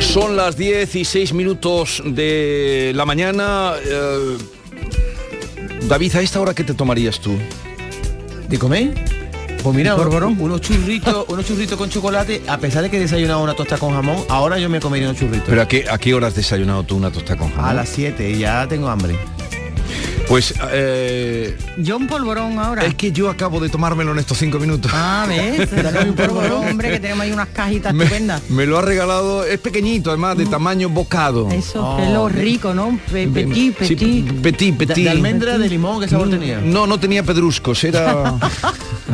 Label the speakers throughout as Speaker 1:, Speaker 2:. Speaker 1: Son las 10 y 6 minutos de la mañana. Eh, David, ¿a esta hora qué te tomarías tú?
Speaker 2: ¿De comer? Pues mira,
Speaker 1: ¿Un corborón?
Speaker 2: unos churritos, unos churritos con chocolate, a pesar de que he desayunado una tosta con jamón, ahora yo me comería unos churritos.
Speaker 1: ¿Pero a qué, a qué hora has desayunado tú una tosta con jamón?
Speaker 2: A las 7 y ya tengo hambre.
Speaker 1: Pues eh,
Speaker 3: Yo un polvorón ahora.
Speaker 1: es que yo acabo de tomármelo en estos cinco minutos.
Speaker 3: Ah, ¿ves? un polvorón, hombre, que tenemos ahí unas cajitas
Speaker 1: Me,
Speaker 3: estupendas.
Speaker 1: me lo ha regalado, es pequeñito además, de tamaño bocado.
Speaker 3: Mm. Eso
Speaker 2: Oh,
Speaker 3: que es lo rico, ¿no? Pe- Petit,
Speaker 1: Sí,
Speaker 3: Oh, petit.
Speaker 1: petit,
Speaker 2: De,
Speaker 1: petit.
Speaker 2: de almendra de limón,
Speaker 1: Mm,
Speaker 2: ¿qué sabor tenía?
Speaker 1: No, no tenía pedruscos, era...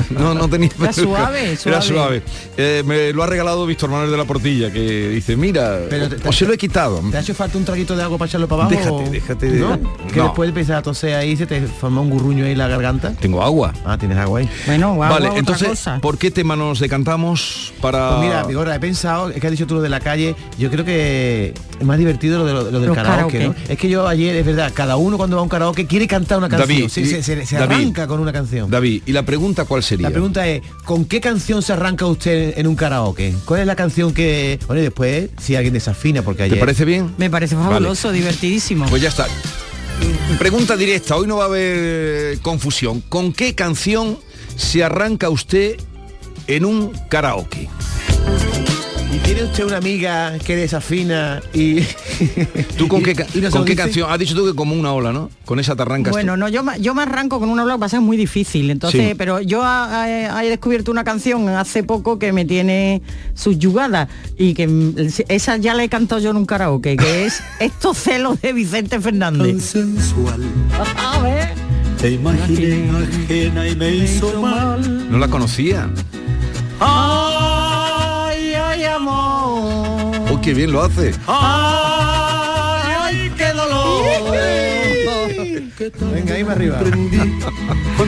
Speaker 1: No, no tenía
Speaker 3: Era
Speaker 1: pedruscos.
Speaker 3: suave, suave.
Speaker 1: Era suave. Eh, me lo ha regalado Víctor Manuel de la Portilla, que dice, mira,
Speaker 2: Pero
Speaker 1: o-
Speaker 2: te-
Speaker 1: o, se lo he quitado.
Speaker 2: ¿Te ha hecho falta un traguito de agua para echarlo para abajo?
Speaker 1: Déjate,
Speaker 2: o-
Speaker 1: déjate de-
Speaker 2: ¿No? Que
Speaker 1: no.
Speaker 2: después empiezas a toser ahí y se te forma un gurruño ahí en la garganta.
Speaker 1: Tengo agua.
Speaker 2: Ah, tienes agua ahí.
Speaker 3: Bueno, guau,
Speaker 1: vale,
Speaker 3: guau, otra
Speaker 1: entonces,
Speaker 3: cosa.
Speaker 1: ¿por qué tema nos decantamos para...?
Speaker 2: Pues mira, Vigorra, he pensado, es que has dicho tú lo de la calle, yo creo que es más divertido lo, de, lo, lo del
Speaker 3: Los
Speaker 2: karaoke,
Speaker 3: karaoke.
Speaker 2: ¿no? Es que yo ayer, es verdad, cada uno cuando va a un karaoke quiere cantar una canción,
Speaker 1: David,
Speaker 2: se,
Speaker 1: y-
Speaker 2: se- se- se
Speaker 1: David.
Speaker 2: arranca con una canción.
Speaker 1: David, ¿y la pregunta cuál sería?
Speaker 2: La pregunta es, ¿con qué canción se arranca usted en un karaoke? ¿Cuál es la canción que... Bueno, y después, si alguien desafina, porque ayer...
Speaker 1: ¿Te parece bien?
Speaker 3: Me parece fabuloso, divertidísimo.
Speaker 1: Pues ya está. Mm, Pregunta directa, hoy no va a haber confusión. ¿Con qué canción se arranca usted en un karaoke?
Speaker 2: ¿Y tiene usted una amiga que desafina y...
Speaker 1: ¿Tú con
Speaker 2: y-
Speaker 1: qué, ca-
Speaker 2: y no se
Speaker 1: con
Speaker 2: lo
Speaker 1: qué
Speaker 2: dice?
Speaker 1: canción? Has dicho tú que como una ola, ¿no? Con esa te arrancas tú.
Speaker 3: Bueno, no, yo, ma- yo me arranco con una blog, va a ser muy difícil. Entonces,
Speaker 1: Sí.
Speaker 3: pero yo ha- ha- he descubierto una canción hace poco que me tiene subyugada y que mm, esa ya la he cantado yo en un karaoke, que es Estos celos de Vicente Fernández.
Speaker 4: sensual.
Speaker 3: A ver.
Speaker 4: Te imaginé ajena y me hizo mal.
Speaker 1: No la conocía.
Speaker 3: Ay, ay, amor.
Speaker 1: Oh, qué bien lo hace.
Speaker 3: Ay, ay, qué dolor.
Speaker 2: Venga, ahí más arriba.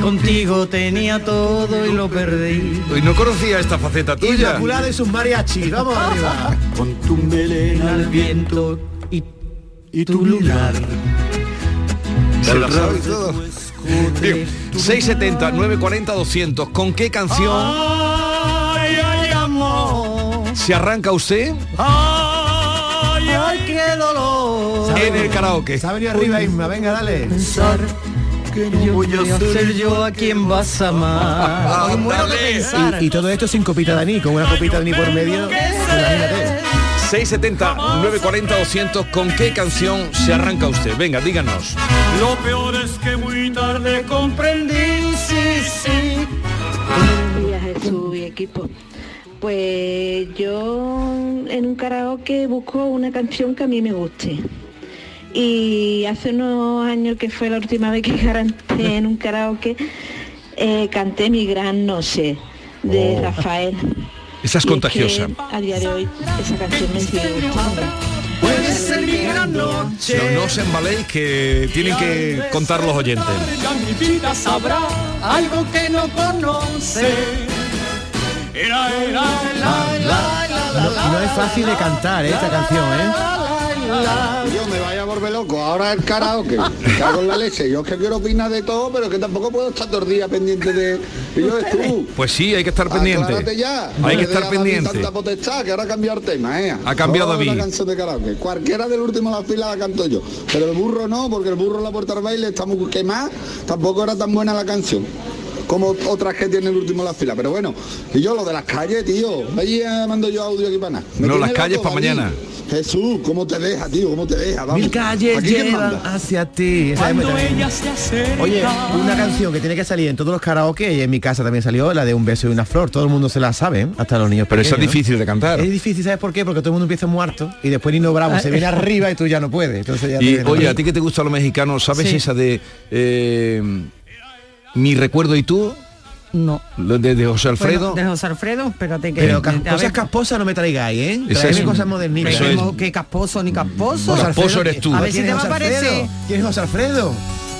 Speaker 3: Contigo tenía todo y lo perdí.
Speaker 1: Y no conocía esta faceta tuya.
Speaker 2: Inmaculada y sus mariachis, vamos arriba.
Speaker 4: Con tu melena
Speaker 3: Al viento y
Speaker 4: y tu lunar.
Speaker 1: Se la sabe todo. Bien, 670 940 200. ¿Con qué canción
Speaker 3: ay, ay, amor.
Speaker 1: se arranca usted
Speaker 3: Ay, ay, qué dolor.
Speaker 1: en el karaoke?
Speaker 2: Se ha venido arriba, Isma, venga, dale.
Speaker 3: Pensar que no voy a ser yo a quien vas a amar. Ay, muero de
Speaker 1: Ándale.
Speaker 3: pensar.
Speaker 2: Y, y todo esto sin copita de anís, con una copita de anís por medio. Imagínate.
Speaker 1: 670 940 200. ¿Con qué canción se arranca usted? Venga, díganos.
Speaker 4: Lo peor es que muy tarde comprendí, sí, sí.
Speaker 5: días Jesús y equipo. Pues yo en un karaoke busco una canción que a mí me guste. Y hace unos años que fue la última vez que canté en un karaoke, eh, canté Mi Gran Noche de Rafael.
Speaker 1: Esa es
Speaker 5: Y que
Speaker 1: contagiosa.
Speaker 5: a día de hoy esa canción me sigue gustando.
Speaker 1: No, no os embaléis que tienen que contar los oyentes.
Speaker 3: Algo que no conoce.
Speaker 2: No, no es fácil de cantar ¿eh? esta canción, ¿eh?
Speaker 6: Yo me vaya a volver loco, ahora el karaoke, me cago en la leche, yo es que quiero opinar de todo, pero que tampoco puedo estar dos días pendiente de... Y yo es tú,
Speaker 1: Pues sí, hay que estar
Speaker 6: Ah, aclárate
Speaker 1: pendiente.
Speaker 6: ya, No
Speaker 1: Hay que
Speaker 6: le des a
Speaker 1: estar
Speaker 6: David
Speaker 1: pendiente.
Speaker 6: tanta potestad, que ahora ha cambiado el tema, ¿eh?
Speaker 1: Ha cambiado
Speaker 6: Solo
Speaker 1: David.
Speaker 6: una canción de karaoke, cualquiera del último de la fila la canto yo, pero el burro no, porque el burro en la puerta del baile está muy quemada, tampoco era tan buena la canción. Como otras que tiene el último de la fila, pero bueno, y yo lo de las calles, tío, ahí eh, mando yo audio aquí para nada. Me
Speaker 1: No,
Speaker 6: tiene
Speaker 1: las calles
Speaker 6: loco,
Speaker 1: pa' mañana.
Speaker 6: David.
Speaker 7: Jesús, ¿cómo te deja, tío? ¿Cómo te deja? Vamos.
Speaker 2: Mil calles
Speaker 7: ¿Aquí quién
Speaker 2: llevan
Speaker 7: manda?
Speaker 2: hacia ti. Esa es buena.
Speaker 8: se acerca.
Speaker 2: Oye, una canción que tiene que salir en todos los karaoke y en mi casa también salió, la de un beso y una flor. Todo el mundo se la sabe, ¿eh? hasta los niños.
Speaker 1: Pero esa es
Speaker 2: pequeños.
Speaker 1: difícil de cantar.
Speaker 2: Es difícil, ¿sabes por qué? Porque todo el mundo empieza muerto y después Nino Bravo se viene arriba y tú ya no puedes. Entonces ya
Speaker 1: Ah. Y
Speaker 2: te-
Speaker 1: oye, a ti que te gusta lo mexicano, ¿sabes
Speaker 3: Sí.
Speaker 1: esa de eh, Mi recuerdo y tú?
Speaker 3: No.
Speaker 1: Lo De, de José
Speaker 3: Bueno,
Speaker 1: Alfredo.
Speaker 3: de José Alfredo, espérate que...
Speaker 2: Pero
Speaker 3: que-
Speaker 2: cas-
Speaker 3: a
Speaker 2: cosas
Speaker 3: ver,
Speaker 2: casposas no me traigáis, ¿eh?
Speaker 1: Eso
Speaker 2: Traedme
Speaker 1: es-
Speaker 2: cosas modernitas.
Speaker 1: eso
Speaker 3: pero
Speaker 1: es-
Speaker 3: no, que casposo ni casposo.
Speaker 2: José
Speaker 1: Casposo
Speaker 2: Alfredo,
Speaker 1: eres tú.
Speaker 2: A ver si
Speaker 3: ¿Quién
Speaker 2: te
Speaker 3: es
Speaker 2: va a
Speaker 3: José Alfredo?
Speaker 2: aparecer. ¿Quién es José Alfredo?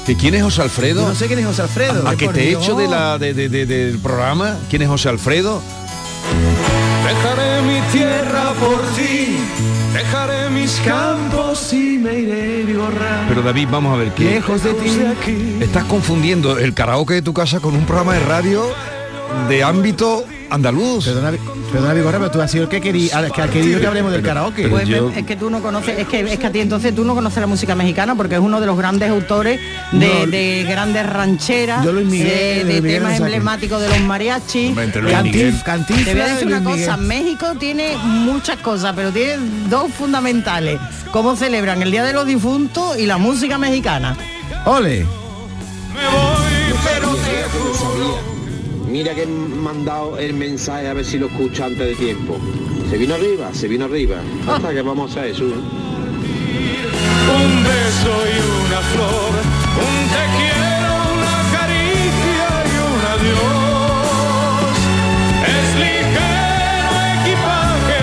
Speaker 1: ¿Que quién es José Alfredo?
Speaker 2: Yo no sé quién es José Alfredo.
Speaker 1: a que
Speaker 2: por
Speaker 1: te he
Speaker 2: Dios.
Speaker 1: hecho de la, de- de- de- del programa. ¿Quién es José Alfredo?
Speaker 8: Dejaré mi tierra por ti, dejaré mis campos y me iré borrar.
Speaker 1: Pero David, vamos a ver, ¿qué?
Speaker 2: Lejos de ti.
Speaker 8: aquí.
Speaker 1: Estás confundiendo el karaoke de tu casa con un programa de radio de ámbito andaluz.
Speaker 2: Perdona, Vi- perdona Vigorra, pero tú has sido el que, querí- al- que ha querido que hablemos del karaoke.
Speaker 3: Pues,
Speaker 1: yo-
Speaker 3: Es que tú no conoces, es que, es que a ti entonces tú no conoces la música mexicana porque es uno de los grandes autores de,
Speaker 2: No,
Speaker 3: de grandes rancheras,
Speaker 2: yo Luis Miguel,
Speaker 3: de- de,
Speaker 2: Luis Miguel no
Speaker 3: temas
Speaker 2: saco.
Speaker 3: emblemáticos de los mariachis.
Speaker 1: Hombre, entre Luis
Speaker 3: Cantinf-
Speaker 1: Miguel.
Speaker 2: Cantif, Cantif.
Speaker 3: Te voy a decir una cosa, México tiene muchas cosas, pero tiene dos fundamentales. Cómo celebran el Día de los Difuntos y la música mexicana.
Speaker 2: Ole.
Speaker 8: Me voy, pero te
Speaker 9: Mira que he mandado el mensaje a ver si lo escucha antes de tiempo. Se vino arriba, se vino arriba. Hasta que vamos a eso. ¿eh?
Speaker 8: un beso y una flor, un te quiero, una caricia y un adiós. Es ligero equipaje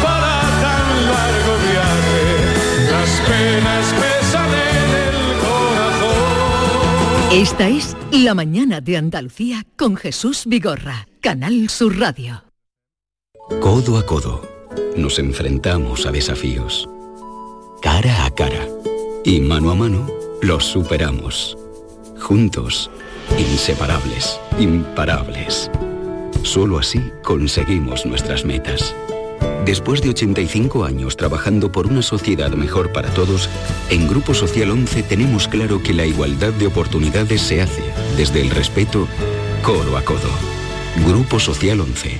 Speaker 8: para tan largo viaje, las penas pesan en el corazón.
Speaker 10: Esta es La mañana de Andalucía con Jesús Vigorra, Canal Sur Radio.
Speaker 6: Codo a codo, nos enfrentamos a desafíos. Cara a cara y mano a mano, los superamos. Juntos, inseparables, imparables. Solo así conseguimos nuestras metas. Después de 85 años trabajando por una sociedad mejor para todos, en Grupo Social 11 tenemos claro que la igualdad de oportunidades se hace desde el respeto, codo a codo. Grupo Social 11.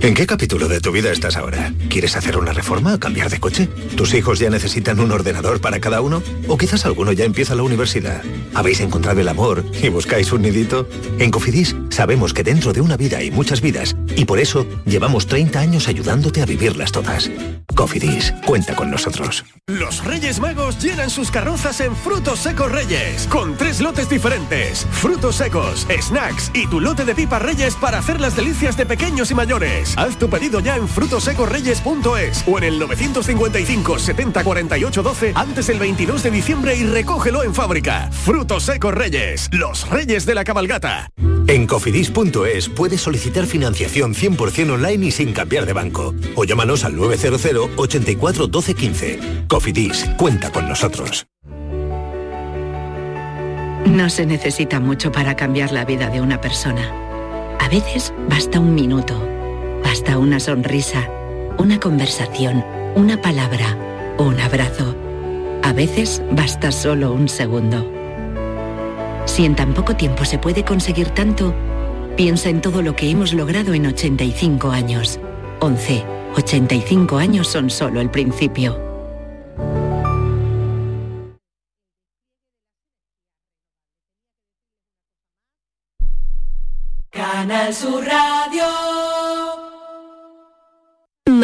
Speaker 11: ¿En qué capítulo de tu vida estás ahora? ¿Quieres hacer una reforma o cambiar de coche? ¿Tus hijos ya necesitan un ordenador para cada uno? ¿O quizás alguno ya empieza la universidad? ¿Habéis encontrado el amor y buscáis un nidito? En Cofidis sabemos que dentro de una vida hay muchas vidas y por eso llevamos 30 años ayudándote a vivirlas todas. Cofidis, cuenta con nosotros.
Speaker 8: Los Reyes Magos llenan sus carrozas en Frutos Secos Reyes, con tres lotes diferentes, frutos secos, snacks y tu lote de pipas Reyes para hacer las delicias de pequeños y mayores. Haz tu pedido ya en frutosecorreyes.es o en el 955 70 48 12 antes del 22 de diciembre y recógelo en fábrica. Frutos Secos Reyes, los Reyes de la Cabalgata.
Speaker 11: En cofidis.es puedes solicitar financiación 100% online y sin cambiar de banco. O llámanos al 900 84 12 15. Cofidis, cuenta con nosotros.
Speaker 12: No se necesita mucho para cambiar la vida de una persona. A veces basta un minuto, basta una sonrisa, una conversación, una palabra, un abrazo. A veces basta solo un segundo. Si en tan poco tiempo se puede conseguir tanto, piensa en todo lo que hemos logrado en 85 años. 11. 85 años son solo el principio.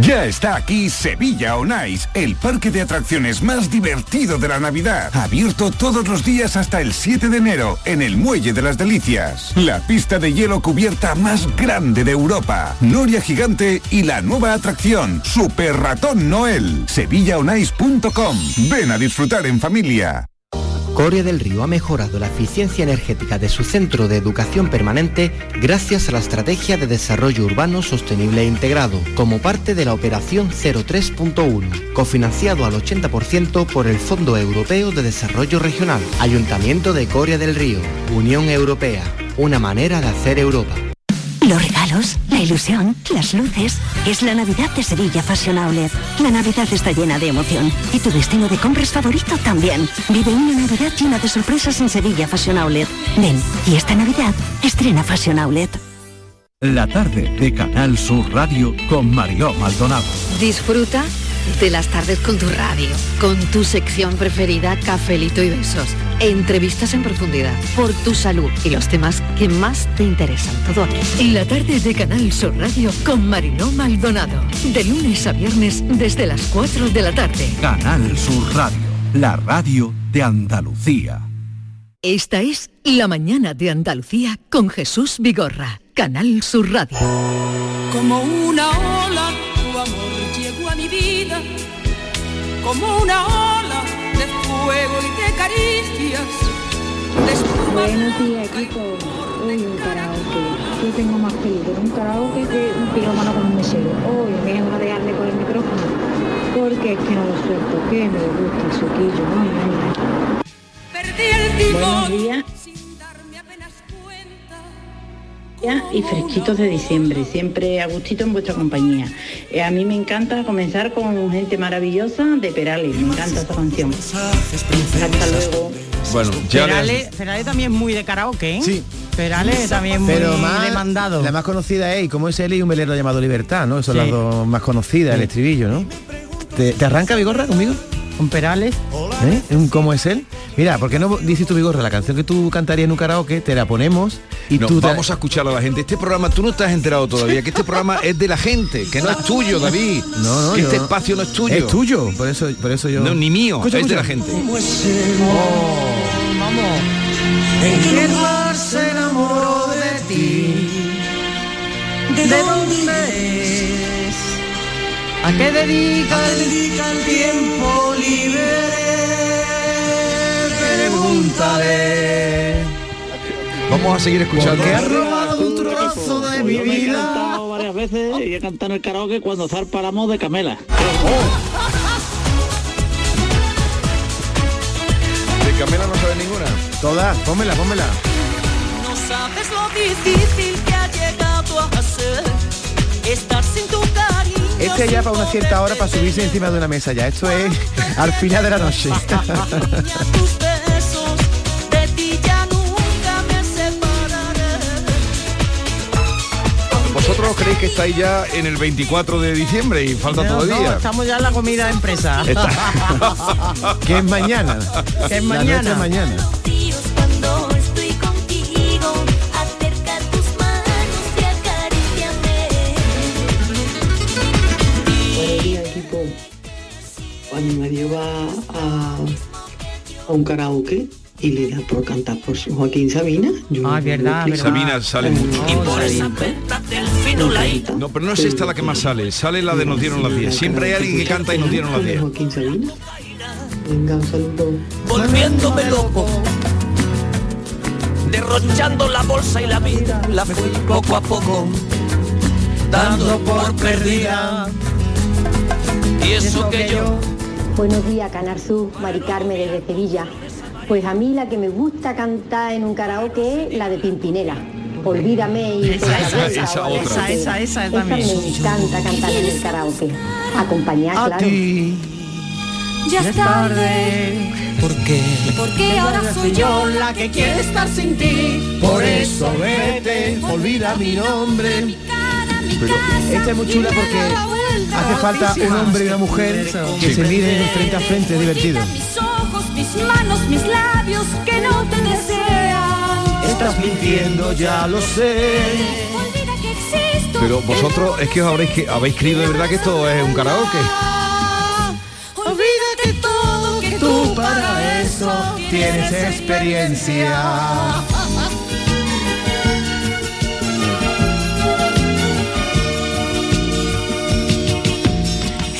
Speaker 6: Ya está aquí Sevilla On Ice, el parque de atracciones más divertido de la Navidad. Abierto todos los días hasta el 7 de enero en el Muelle de las Delicias. La pista de hielo cubierta más grande de Europa. Noria Gigante y la nueva atracción, Super Ratón Noel. SevillaOnIce.com. Ven a disfrutar en familia.
Speaker 13: Coria del Río ha mejorado la eficiencia energética de su centro de educación permanente gracias a la estrategia de desarrollo urbano sostenible e integrado, como parte de la operación 03.1, cofinanciado al 80% por el Fondo Europeo de Desarrollo Regional, Ayuntamiento de Coria del Río, Unión Europea, una manera de hacer Europa.
Speaker 14: Los regalos, la ilusión, las luces. Es la Navidad de Sevilla Fashion Outlet. La Navidad está llena de emoción y tu destino de compras favorito también. Vive una Navidad llena de sorpresas en Sevilla Fashion Outlet. Ven, y esta Navidad estrena Fashion Outlet.
Speaker 11: La tarde de Canal Sur Radio con Mario Maldonado.
Speaker 15: Disfruta de las tardes con tu radio, con tu sección preferida, cafelito y besos, e entrevistas en profundidad, por tu salud y los temas que más te interesan. Todo aquí.
Speaker 10: La tarde de Canal Sur Radio con Mariló Maldonado. De lunes a viernes desde las 4 de la tarde.
Speaker 11: Canal Sur Radio, la radio de Andalucía.
Speaker 10: Esta es La Mañana de Andalucía con Jesús Vigorra. Canal Sur Radio.
Speaker 8: Como una ola, tu amor llegó a mi vida, como una ola de fuego y de caricias, de espuma
Speaker 12: Buenos días, equipo. Uy, un karaoke. Yo tengo más peligro. Un karaoke que un pirómano con un mesero. Uy, me es una de darle con el micrófono. Porque es que no lo suelto. Que me gusta el suquillo. Ay, ay, ay. Buenos días.
Speaker 16: Ya, y fresquitos de diciembre, siempre a gustito en vuestra compañía. Eh, a mí me encanta comenzar con gente maravillosa de Perales, me encanta esta canción. Hasta luego.
Speaker 1: Bueno, ya
Speaker 3: Perales, Perales también es muy de karaoke, ¿eh? Sí. Perales también es muy
Speaker 2: Pero más,
Speaker 3: demandado.
Speaker 2: la más conocida es, y como es él, y un velero llamado Libertad, ¿no? Son
Speaker 3: Sí.
Speaker 2: las dos más conocidas, el estribillo, ¿no? ¿Te, te arranca Vigorra conmigo?
Speaker 3: ¿Con Perales?
Speaker 2: ¿Eh? ¿Un ¿Cómo es él? Mira, ¿por qué no dices tú, Vigorra, la canción que tú cantarías en un karaoke, te la ponemos y
Speaker 1: No,
Speaker 2: tú... te-
Speaker 1: vamos a escuchar a la gente. Este programa, tú no estás enterado todavía, que este programa es de la gente, que no es tuyo, David.
Speaker 2: No, no,
Speaker 1: que este
Speaker 2: yo-
Speaker 1: espacio no es tuyo.
Speaker 2: Es tuyo, por eso, por eso yo...
Speaker 1: No, ni mío, es de la gente.
Speaker 8: ¿En
Speaker 17: qué lugar se enamoró de ti?
Speaker 8: ¿De dónde es?
Speaker 3: ¿A qué dedica
Speaker 8: el tiempo libre? Pregúntale.
Speaker 1: Vamos a seguir escuchando.
Speaker 17: un
Speaker 8: trozo
Speaker 17: de
Speaker 8: mi
Speaker 17: Yo me he
Speaker 8: vida.
Speaker 17: cantado varias veces y he cantado en el karaoke cuando zarparamos de Camela.
Speaker 1: Oh. De Camela no sabe ninguna.
Speaker 2: Todas, pónmela, pónmela.
Speaker 8: No sabes lo difícil que ha llegado a ser estar sin tu cariño.
Speaker 2: Este ya para una cierta hora para subirse encima de una mesa ya. Esto es al final de la noche.
Speaker 8: tus besos, de ti ya nunca me separaré.
Speaker 1: ¿Vosotros creéis que estáis ya en el 24 de diciembre y falta
Speaker 3: No,
Speaker 1: todavía?
Speaker 3: no, estamos ya en la comida de empresa.
Speaker 1: Está-
Speaker 2: que es mañana.
Speaker 3: Que es
Speaker 2: La
Speaker 3: mañana.
Speaker 2: nuestra es mañana.
Speaker 8: Cuando estoy contigo, acerca tus manos y acaríciame.
Speaker 17: Buenos días, equipo. Cuando me lleva a, a un karaoke y le da por cantar por su Joaquín Sabina. Yo
Speaker 3: ah, verdad, verdad.
Speaker 1: Sabina sale mucho.
Speaker 17: Sabina.
Speaker 1: No, pero no es esta la que más sale. Sale la de nos dieron las 10. Siempre hay alguien que canta y nos dieron las 10.
Speaker 17: Joaquín Sabina. Venga, un saludo.
Speaker 8: Volviéndome loco, derrochando la bolsa y la vida, la fui poco a poco, dando por perdida. Y eso que yo
Speaker 18: Buenos días, Canarzú, Mari Carmen desde Sevilla. Pues a mí la que me gusta cantar en un karaoke es la de Pimpinela. Olvídame y
Speaker 8: Esa,
Speaker 18: toda la
Speaker 8: esa,
Speaker 18: vuelta,
Speaker 8: esa
Speaker 18: o algo
Speaker 8: otra.
Speaker 18: así.
Speaker 8: Esa, esa, esa también.
Speaker 18: me encanta cantar en el karaoke. Acompañar,
Speaker 8: A
Speaker 18: claro.
Speaker 8: ya es tarde,
Speaker 19: Porque
Speaker 8: porque ahora soy yo la que quiere estar sin ti.
Speaker 2: Por eso vete, olvida mi nombre. Pero esta es muy chula porque hace falta un hombre y una mujer que
Speaker 8: Sí.
Speaker 2: se miren frente a frente, es divertido.
Speaker 8: Mis ojos, mis manos, mis labios que no te desean.
Speaker 2: Estás mintiendo, ya lo sé.
Speaker 8: Olvida que existo
Speaker 1: Pero vosotros es que os habréis, que, habéis creído de verdad que esto es un karaoke.
Speaker 8: Olvídate todo que tú para eso
Speaker 2: Tienes experiencia.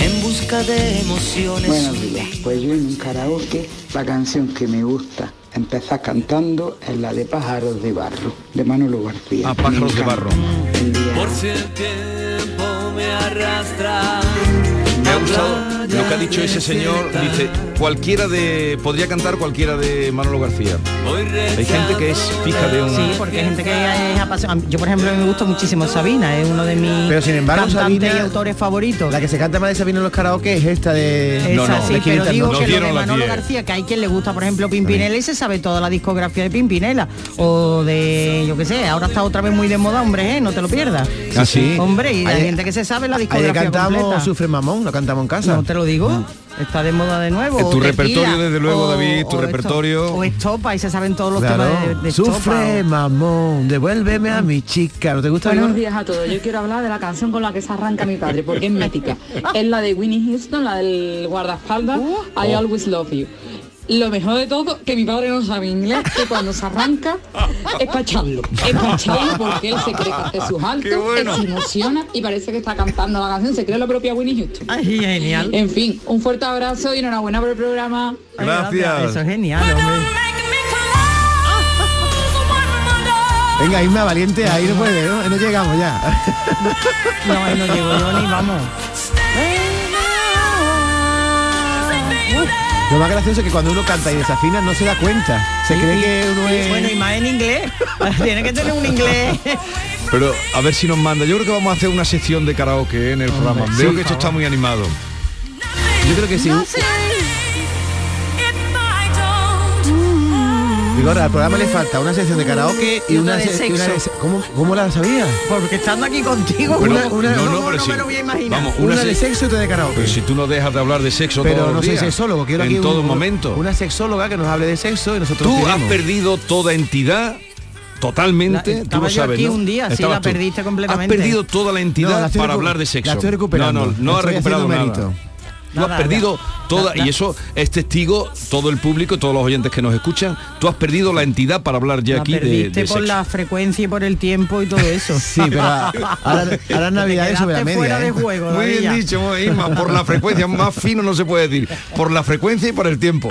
Speaker 20: En busca de emociones.
Speaker 21: Buenos días, pues yo en un karaoke, la canción que me gusta empezar cantando es la de Pájaros de Barro, de Manolo García.
Speaker 1: A pájaros de barro.
Speaker 20: Por si el tiempo me arrastra.
Speaker 1: Me ha gustado lo que ha dicho ese señor. Dice, cualquiera de. podría cantar cualquiera de Manolo García. Hay gente que es fija de una.
Speaker 3: Sí, porque hay gente que es apasionada. Yo, por ejemplo, me gusta muchísimo Sabina, es uno de mis
Speaker 2: Pero sin embargo,
Speaker 3: cantantes y
Speaker 2: Sabina-
Speaker 3: autores favoritos.
Speaker 2: La que se canta más de Sabina en los karaoke es esta de...
Speaker 3: Esa sí,
Speaker 2: de Quinta
Speaker 3: pero digo
Speaker 2: Norte.
Speaker 3: que lo de Manolo García, que hay quien le gusta, por ejemplo, Pimpinela y se sabe toda la discografía de Pimpinela. O de, yo qué sé, ahora está otra vez muy de moda, hombre, ¿eh? no te lo pierdas.
Speaker 2: Ah, sí.
Speaker 3: Hombre, y la
Speaker 2: Ayer-
Speaker 3: gente que se sabe la
Speaker 2: Ayer
Speaker 3: discografía
Speaker 2: cantamos
Speaker 3: completa. Eh,
Speaker 2: Sufre Mamón, lo cantamos en casa. Ah. No
Speaker 3: te lo digo. Está de moda de nuevo.
Speaker 1: Eh, tu
Speaker 3: o
Speaker 1: repertorio,
Speaker 3: Tequila,
Speaker 1: desde luego, David, tu
Speaker 3: o esto-
Speaker 1: repertorio.
Speaker 3: o estopa, y se saben todos los temas de, de Estopa,
Speaker 2: Sufre
Speaker 3: o-
Speaker 2: Mamón, devuélveme a mi chica. ¿No te gusta?
Speaker 10: Buenos
Speaker 2: Bárbara?
Speaker 10: días a todos. Yo quiero hablar de la canción con la que se arranca mi padre, porque es mítica. Es la de Winnie Houston, la del guardaespaldas, I Always Love You. Lo mejor de todo, que mi padre no sabe inglés, que cuando se arranca es para echarlo. Es para echarlo porque él se cree que hace sus
Speaker 8: Qué
Speaker 10: altos,
Speaker 8: bueno.
Speaker 10: él se emociona y parece que está cantando la canción, se cree la propia Winnie Houston.
Speaker 3: Ay, genial.
Speaker 10: En fin, un fuerte abrazo y enhorabuena por el programa.
Speaker 1: Gracias.
Speaker 3: Eso es genial, hombre.
Speaker 2: Venga, Isma, valiente, ahí no puede, ¿no? No llegamos ya.
Speaker 3: No, ahí no llego yo ni vamos.
Speaker 2: Lo más gracioso es que cuando uno canta y desafina no se da cuenta. Se cree que uno es...
Speaker 3: Bueno, y más en inglés. Tiene que tener un inglés.
Speaker 1: Pero a ver si nos manda. Yo creo que vamos a hacer una sección de karaoke ¿eh? en el programa.
Speaker 2: sí,
Speaker 1: Veo
Speaker 2: por
Speaker 1: que esto está
Speaker 2: favor.
Speaker 1: muy animado.
Speaker 2: Yo creo que sí. Digo, ahora al programa le falta una sección de karaoke y una,
Speaker 3: de
Speaker 2: se- y una
Speaker 3: sexo.
Speaker 2: se- ¿Cómo, cómo la sabías?
Speaker 3: Porque estando aquí contigo,
Speaker 1: Pero-
Speaker 2: una, una-
Speaker 1: no, no, pero sí.
Speaker 3: me lo voy a imaginar.
Speaker 1: Vamos,
Speaker 2: una
Speaker 1: se-
Speaker 2: de sexo y otra de karaoke.
Speaker 1: Pero si tú no dejas de hablar de sexo
Speaker 2: Pero
Speaker 1: todos
Speaker 2: no
Speaker 1: los
Speaker 2: soy
Speaker 1: días,
Speaker 2: sexólogo, quiero
Speaker 1: en
Speaker 2: aquí un-
Speaker 1: todo
Speaker 2: un-
Speaker 1: momento.
Speaker 2: Una sexóloga que nos hable de sexo y nosotros
Speaker 1: Tú has
Speaker 2: diremos.
Speaker 1: perdido toda entidad
Speaker 2: La-
Speaker 1: totalmente, tú
Speaker 2: estaba
Speaker 1: lo
Speaker 2: yo
Speaker 1: sabes,
Speaker 2: aquí
Speaker 1: ¿no?
Speaker 2: un día, sí,
Speaker 1: Estabas
Speaker 2: la perdiste
Speaker 1: Has
Speaker 2: completamente.
Speaker 1: perdido toda la
Speaker 2: No,
Speaker 1: entidad
Speaker 2: la estoy
Speaker 1: para
Speaker 2: recu-
Speaker 1: hablar de sexo.
Speaker 2: la estoy recuperando,
Speaker 1: No, no,
Speaker 2: la
Speaker 1: no has
Speaker 2: estoy
Speaker 1: recuperado
Speaker 2: haciendo
Speaker 1: nada.
Speaker 2: mérito.
Speaker 1: Tú has
Speaker 2: Nada,
Speaker 1: perdido toda,
Speaker 2: na-
Speaker 1: y eso es testigo todo el público, todos los oyentes que nos escuchan, tú has perdido la entidad para hablar ya
Speaker 3: La
Speaker 1: aquí de- de,
Speaker 3: perdiste por
Speaker 1: sexo.
Speaker 3: la frecuencia y por el tiempo y todo eso.
Speaker 2: Sí, pero ahora, ahora ahora es Navidad
Speaker 3: Te
Speaker 2: y sobre la
Speaker 3: quedaste
Speaker 2: media.
Speaker 3: fuera
Speaker 2: ¿eh?
Speaker 3: de juego,
Speaker 1: Muy bien
Speaker 3: David.
Speaker 1: dicho, muy bien, Isma, por la frecuencia, más fino no se puede decir, por la frecuencia y por el tiempo.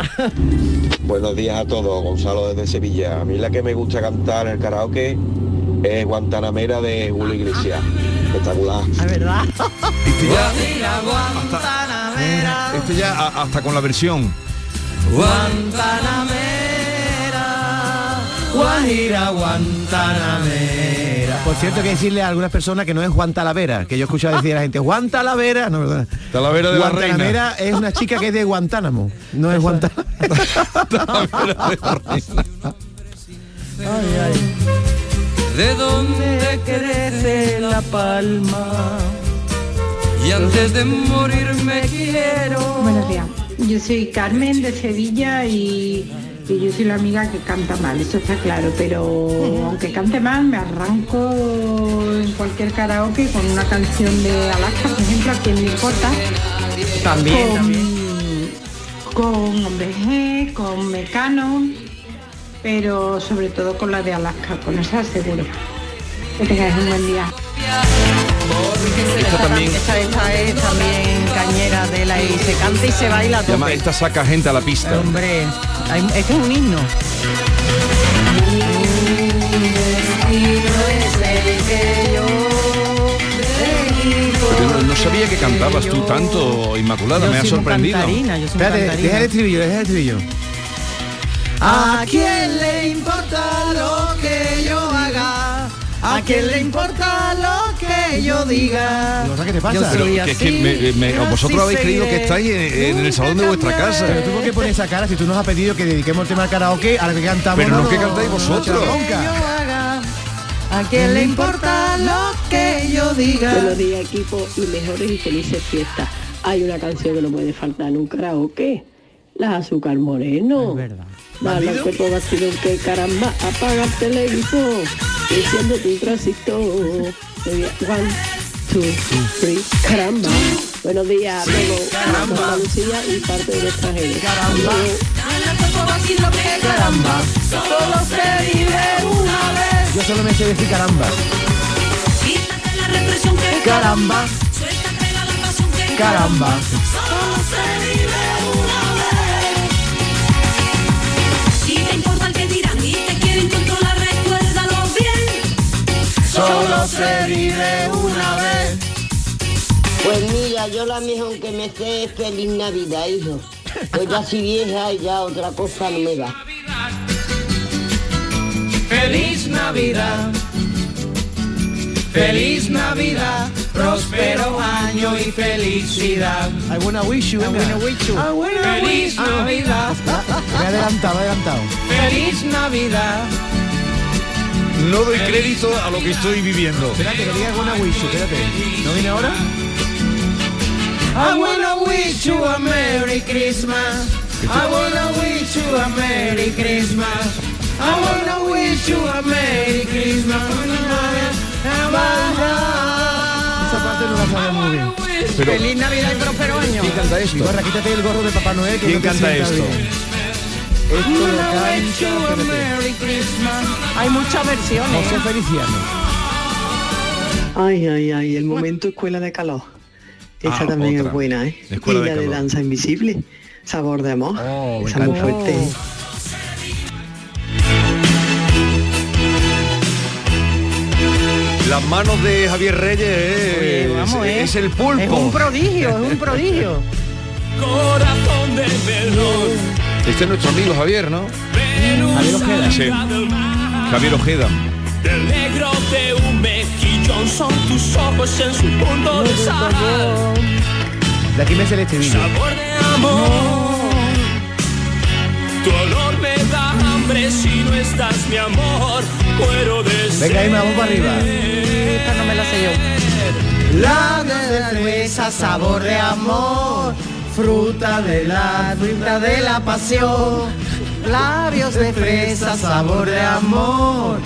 Speaker 6: Buenos días a todos, Gonzalo desde Sevilla. A mí la que me gusta cantar en el karaoke es Guantanamera de Julio Iglesias. Espectacular.
Speaker 3: Es verdad.
Speaker 1: Esto Este ya a- hasta con la versión.
Speaker 2: Guajira Guantanamera. Por cierto, hay que decirle a algunas personas que no es Juan Talavera, que yo he escuchado decir a la gente, Juan Talavera, no, ¿verdad?
Speaker 1: Talavera de la Reina.
Speaker 2: Guantanamera es una chica que es de Guantánamo, no es Guantánamo.
Speaker 8: ¿De dónde crece la palma? Y antes de morirme quiero.
Speaker 12: Buenos días. Yo soy Carmen de Sevilla y, y yo soy la amiga que canta mal, eso está claro, pero aunque cante mal me arranco en cualquier karaoke con una canción de Alaska, por ejemplo, a quien le importa.
Speaker 3: También,
Speaker 12: con,
Speaker 3: también.
Speaker 12: Con Hombre G, con Mecano, pero sobre todo con la de Alaska, con esa seguro. Que tengáis un buen día.
Speaker 3: Esta también. Esta, esta es también cañera de la y se canta y se baila a
Speaker 1: Y además
Speaker 3: tope.
Speaker 1: esta saca gente a la pista.
Speaker 3: Hombre, hay- este es un himno.
Speaker 1: Pero no, no sabía que cantabas tú tanto, Inmaculada, me ha sorprendido.
Speaker 2: Espérate, deja el estribillo, deja el estribillo.
Speaker 8: ¿A quién le importa lo que yo haga? ¿A quién le importa lo que yo diga?
Speaker 2: No sé qué te pasa.
Speaker 1: Pero que es que me- me- vosotros habéis creído que estáis en, en el salón de vuestra casa.
Speaker 2: Pero tú por qué pones esa cara si tú nos has pedido que dediquemos el tema al karaoke a la que cantamos.
Speaker 1: Pero no que
Speaker 2: cantáis
Speaker 1: vosotros.
Speaker 12: ¿A
Speaker 2: quién le
Speaker 12: importa lo que yo diga?
Speaker 21: Buenos días equipo y mejores y felices fiestas. Hay una canción que no puede faltar en un karaoke. La azúcar moreno. Dale que ponga sino que caramba, apaga el televisor. Enciende tu transistor.
Speaker 22: Muy bien. One, two, three. Caramba. Buenos días, amigo. Caramba. Andalucía y parte del extranjero. Caramba.
Speaker 8: Caramba. Solo se vive una vez.
Speaker 2: Yo solo me sé decir caramba.
Speaker 8: Quítate la represión que
Speaker 2: Caramba. Caramba.
Speaker 8: Solo se vive una vez. Si te importa el que dirán y te quieren controlar, recuérdalo bien.
Speaker 23: Solo se vive una vez. Pues mira, yo la mejor que me sé es feliz Navidad, hijo. Pues ya si vieja y ya otra cosa no me va.
Speaker 8: Feliz Navidad. Feliz Navidad. Próspero año y felicidad.
Speaker 2: I wanna wish you, venga. I wanna
Speaker 8: Feliz
Speaker 2: wish you.
Speaker 8: Navidad.
Speaker 2: Me he adelantado, me he adelantado.
Speaker 8: Feliz Navidad.
Speaker 1: No doy crédito a lo que estoy viviendo.
Speaker 2: Espérate, que diga buena wish, you, espérate. ¿No viene ahora?
Speaker 8: I wanna wish you a Merry Christmas. I wanna wish you a Merry Christmas. I wanna wish you a Merry Christmas.
Speaker 2: Esa parte no la sabemos muy bien.
Speaker 1: Pero- Feliz
Speaker 2: Navidad y próspero año.
Speaker 1: ¿Quién canta esto?
Speaker 2: Gorra, quítate el gorro de Papá Noel. Que
Speaker 1: ¿Quién
Speaker 2: no te
Speaker 1: canta
Speaker 2: sienta
Speaker 1: esto?
Speaker 2: bien.
Speaker 1: Esto
Speaker 2: lo
Speaker 8: I
Speaker 2: canta-
Speaker 8: wish you a Merry Christmas. Hay muchas versiones.
Speaker 2: José Feliciano.
Speaker 24: Ay, ay, ay, el momento escuela de calor. Esta
Speaker 2: Ah,
Speaker 24: también
Speaker 2: otra.
Speaker 24: es buena, ¿eh?
Speaker 2: Escuela
Speaker 24: y
Speaker 2: de
Speaker 24: la de,
Speaker 2: calor. Oh,
Speaker 24: danza invisible. Sabor de amor. Esa muy
Speaker 2: encanta.
Speaker 24: fuerte.
Speaker 1: Las manos de Javier Reyes es,
Speaker 3: vamos,
Speaker 1: es-
Speaker 3: eh.
Speaker 1: es el pulpo.
Speaker 3: Es un prodigio, es un prodigio.
Speaker 8: Corazón de melón.
Speaker 1: Este es nuestro amigo Javier, ¿no? Javier Ojeda. Sí. Javier Ojeda.
Speaker 8: El negro de un mejillón son tus ojos en su punto de sal.
Speaker 2: De aquí me sale este vídeo.
Speaker 8: Sabor de amor. Tu olor me da hambre si no estás mi amor. Puedo decir.
Speaker 2: Venga, Emma, vamos para arriba.
Speaker 8: Esta no me la sé yo.
Speaker 2: La cerveza, sabor de amor, fruta de la fruta
Speaker 3: de la pasión, labios de fresa, sabor de amor,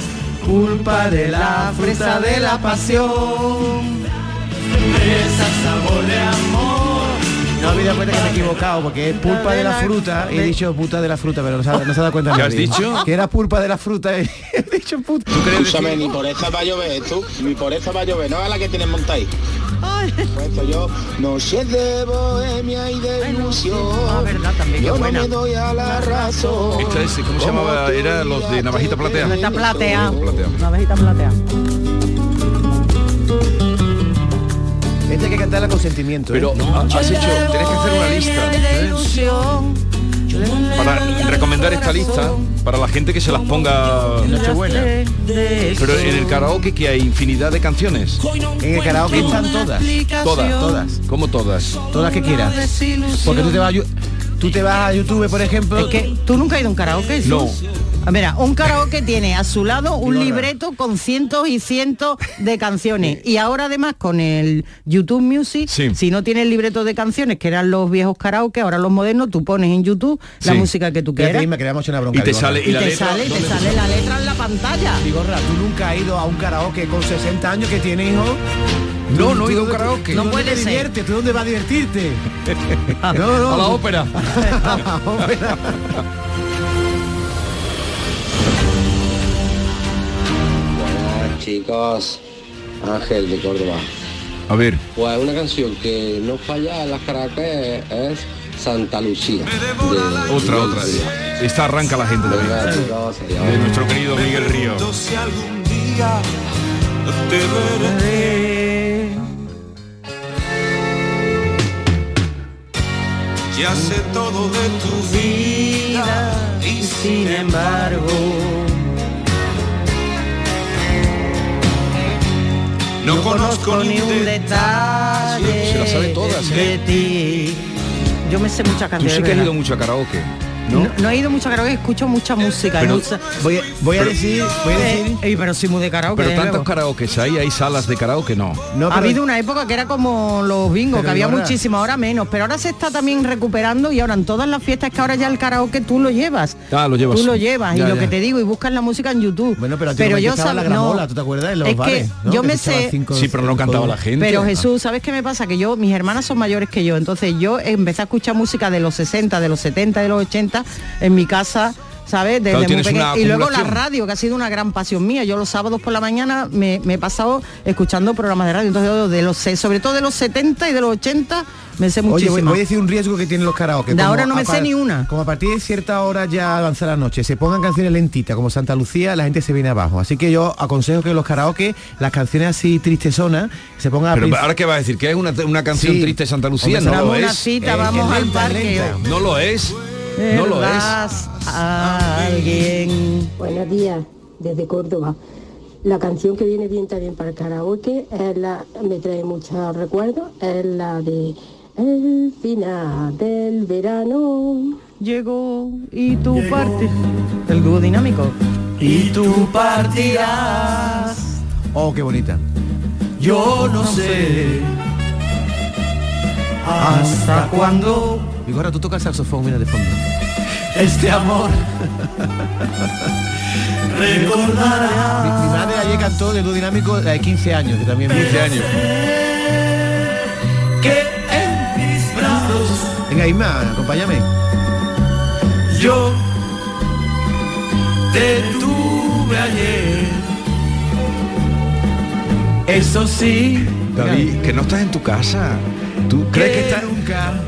Speaker 2: culpa de la
Speaker 3: fresa de la
Speaker 2: pasión. Fresa, sabor de amor. No me he dado cuenta que me he equivocado porque es pulpa de la fruta y he dicho puta de la fruta, pero no se ha, no se ha dado cuenta.
Speaker 25: ¿Qué has
Speaker 2: nadie.
Speaker 25: dicho?
Speaker 2: Que era pulpa de la fruta. eh. y-
Speaker 25: Escúchame, ni por esa va a llover, tú, ni por esa va a llover, no es la que tienes montada ahí. Pues esto yo, noches de bohemia y de ilusión, yo no me doy a la razón.
Speaker 1: Esta es, ¿cómo se llamaba? Era los de Navajita Platea.
Speaker 3: Está platea.
Speaker 1: Platea.
Speaker 3: Una vejita platea.
Speaker 2: Este hay que cantarla con sentimiento. eh.
Speaker 1: Pero
Speaker 2: ah,
Speaker 1: has hecho, tenés que hacer una lista ¿eh? para recomendar esta lista para la gente que se las ponga Pero en el karaoke que hay infinidad de canciones.
Speaker 2: En el karaoke están todas.
Speaker 1: Todas,
Speaker 2: Todas.
Speaker 1: ¿Cómo todas?
Speaker 2: Todas que quieras. Porque tú te vas a, Yu- tú te vas a YouTube, por ejemplo.
Speaker 3: Es que tú nunca has ido a un karaoke. Jesús?
Speaker 2: No.
Speaker 3: Ah, Mira, un karaoke tiene a su lado un libreto con cientos y cientos de canciones. Y ahora además con el YouTube Music, si no tienes libreto de canciones, que eran los viejos karaoke, ahora los modernos, tú pones en YouTube la
Speaker 2: Sí.
Speaker 3: música que tú
Speaker 2: Espérate,
Speaker 3: quieras.
Speaker 2: Inma, que le hemos hecho una bronca
Speaker 1: Y te
Speaker 2: al gorra.
Speaker 1: sale- y la Y te letra, sale- y te ¿dónde
Speaker 3: sale la letra en la pantalla.
Speaker 2: Gorra, tú nunca has ido a un karaoke con 60 años que tiene hijo.
Speaker 1: No,
Speaker 2: Tú-
Speaker 1: no he
Speaker 2: tú
Speaker 1: ido a un
Speaker 2: dónde-
Speaker 1: karaoke.
Speaker 2: tú
Speaker 1: No
Speaker 2: dónde
Speaker 1: puede
Speaker 2: te
Speaker 1: ser.
Speaker 2: diviertes? ¿Tú dónde vas a divertirte? No, no.
Speaker 1: A la ópera.
Speaker 2: A la ópera.
Speaker 25: Buenas, chicos, Ángel de Córdoba.
Speaker 1: A ver.
Speaker 25: Pues una canción que no falla en las caracas es Santa Lucía.
Speaker 1: Otra, otra. Esta arranca la gente también. De nuestro querido Miguel Río.
Speaker 8: Si algún día te veré. Ya sé todo de tu vida y sin embargo no conozco ni un detalle
Speaker 1: Se las sabe todas, ¿eh?
Speaker 3: de ti. Yo me sé muchas
Speaker 1: Tú
Speaker 3: canciones.
Speaker 1: sí que has
Speaker 3: ¿verdad?
Speaker 1: ido mucho a karaoke.
Speaker 3: No, no he ido mucho a karaoke, escucho mucha música.
Speaker 1: Pero-
Speaker 3: mucha-
Speaker 2: Voy, voy a
Speaker 1: Pero-
Speaker 2: decir, voy a decir.
Speaker 3: Ey, pero sí muy de karaoke.
Speaker 1: Pero
Speaker 3: desde
Speaker 1: tantos
Speaker 3: luego.
Speaker 1: karaokes hay, hay salas de karaoke, no.
Speaker 3: ha habido una época que era como los bingos,
Speaker 1: Pero
Speaker 3: que había
Speaker 1: ahora-
Speaker 3: muchísimo, ahora menos, pero ahora se está también recuperando y ahora en todas las fiestas que ahora ya el karaoke tú lo llevas.
Speaker 1: Ah, lo llevas.
Speaker 3: Tú lo llevas
Speaker 1: Ya,
Speaker 3: y lo
Speaker 1: ya.
Speaker 3: que te digo y buscas la música en YouTube. Bueno,
Speaker 2: pero antiguamente estaba la gramola, ¿tú te acuerdas? En los
Speaker 3: es
Speaker 2: bares,
Speaker 3: que
Speaker 2: ¿no?
Speaker 3: yo
Speaker 2: Que
Speaker 3: me
Speaker 2: se echaba
Speaker 3: sé
Speaker 2: cinco-
Speaker 1: Sí, pero no cantaba la gente.
Speaker 3: pero Jesús, ¿sabes qué me pasa? Que yo, mis hermanas son mayores que yo, entonces yo empecé a escuchar música de los 60, de los 70, de los 80 en mi casa. ¿Sabes? Desde
Speaker 1: Claro,
Speaker 3: muy
Speaker 1: tienes
Speaker 3: pequeña.
Speaker 1: una
Speaker 3: Y luego la
Speaker 1: acumulación.
Speaker 3: radio, que ha sido una gran pasión mía. Yo los sábados por la mañana me, me he pasado escuchando programas de radio. Entonces, yo de los, se- sobre todo de los 70 y de los 80, me sé
Speaker 2: Oye, voy,
Speaker 3: muchísimo.
Speaker 2: voy a decir un riesgo que tienen los karaoke.
Speaker 3: De
Speaker 2: como
Speaker 3: ahora no
Speaker 2: a
Speaker 3: me sé
Speaker 2: par-
Speaker 3: ni una.
Speaker 2: Como a partir de cierta hora ya avanza la noche, se pongan canciones lentitas como Santa Lucía, la gente se viene abajo. Así que yo aconsejo que en los karaoke, las canciones así tristezonas, se pongan a
Speaker 1: Pero
Speaker 2: princip-
Speaker 1: ahora qué va a decir, que es una, una canción
Speaker 2: Sí.
Speaker 1: triste de Santa Lucía,
Speaker 2: Hombre,
Speaker 1: no lo
Speaker 2: será una
Speaker 1: es.
Speaker 2: cita, Eh, vamos que al lenta, parque. lenta.
Speaker 1: No lo es. No lo es.
Speaker 3: Vas a alguien.
Speaker 12: Buenos días, desde Córdoba. La canción que viene bien también para el karaoke es la, me trae muchos recuerdos, es la de El final del verano.
Speaker 3: Llegó y tu parte. El dúo dinámico.
Speaker 2: Y tú
Speaker 3: partirás.
Speaker 2: Oh, qué bonita.
Speaker 8: Yo no sé hasta cuándo
Speaker 2: Digo, ahora tú tocas saxofón, mira de fondo.
Speaker 8: este amor
Speaker 2: Mi,
Speaker 8: recordará.
Speaker 2: mi madre ayer cantó de dúo dinámico la de 15 años, que también 15 años.
Speaker 8: que en mis brazos
Speaker 2: Venga, Isma, acompáñame.
Speaker 8: yo te tuve ayer. Eso sí.
Speaker 1: David, que no estás en tu casa. ¿Tú crees que estás?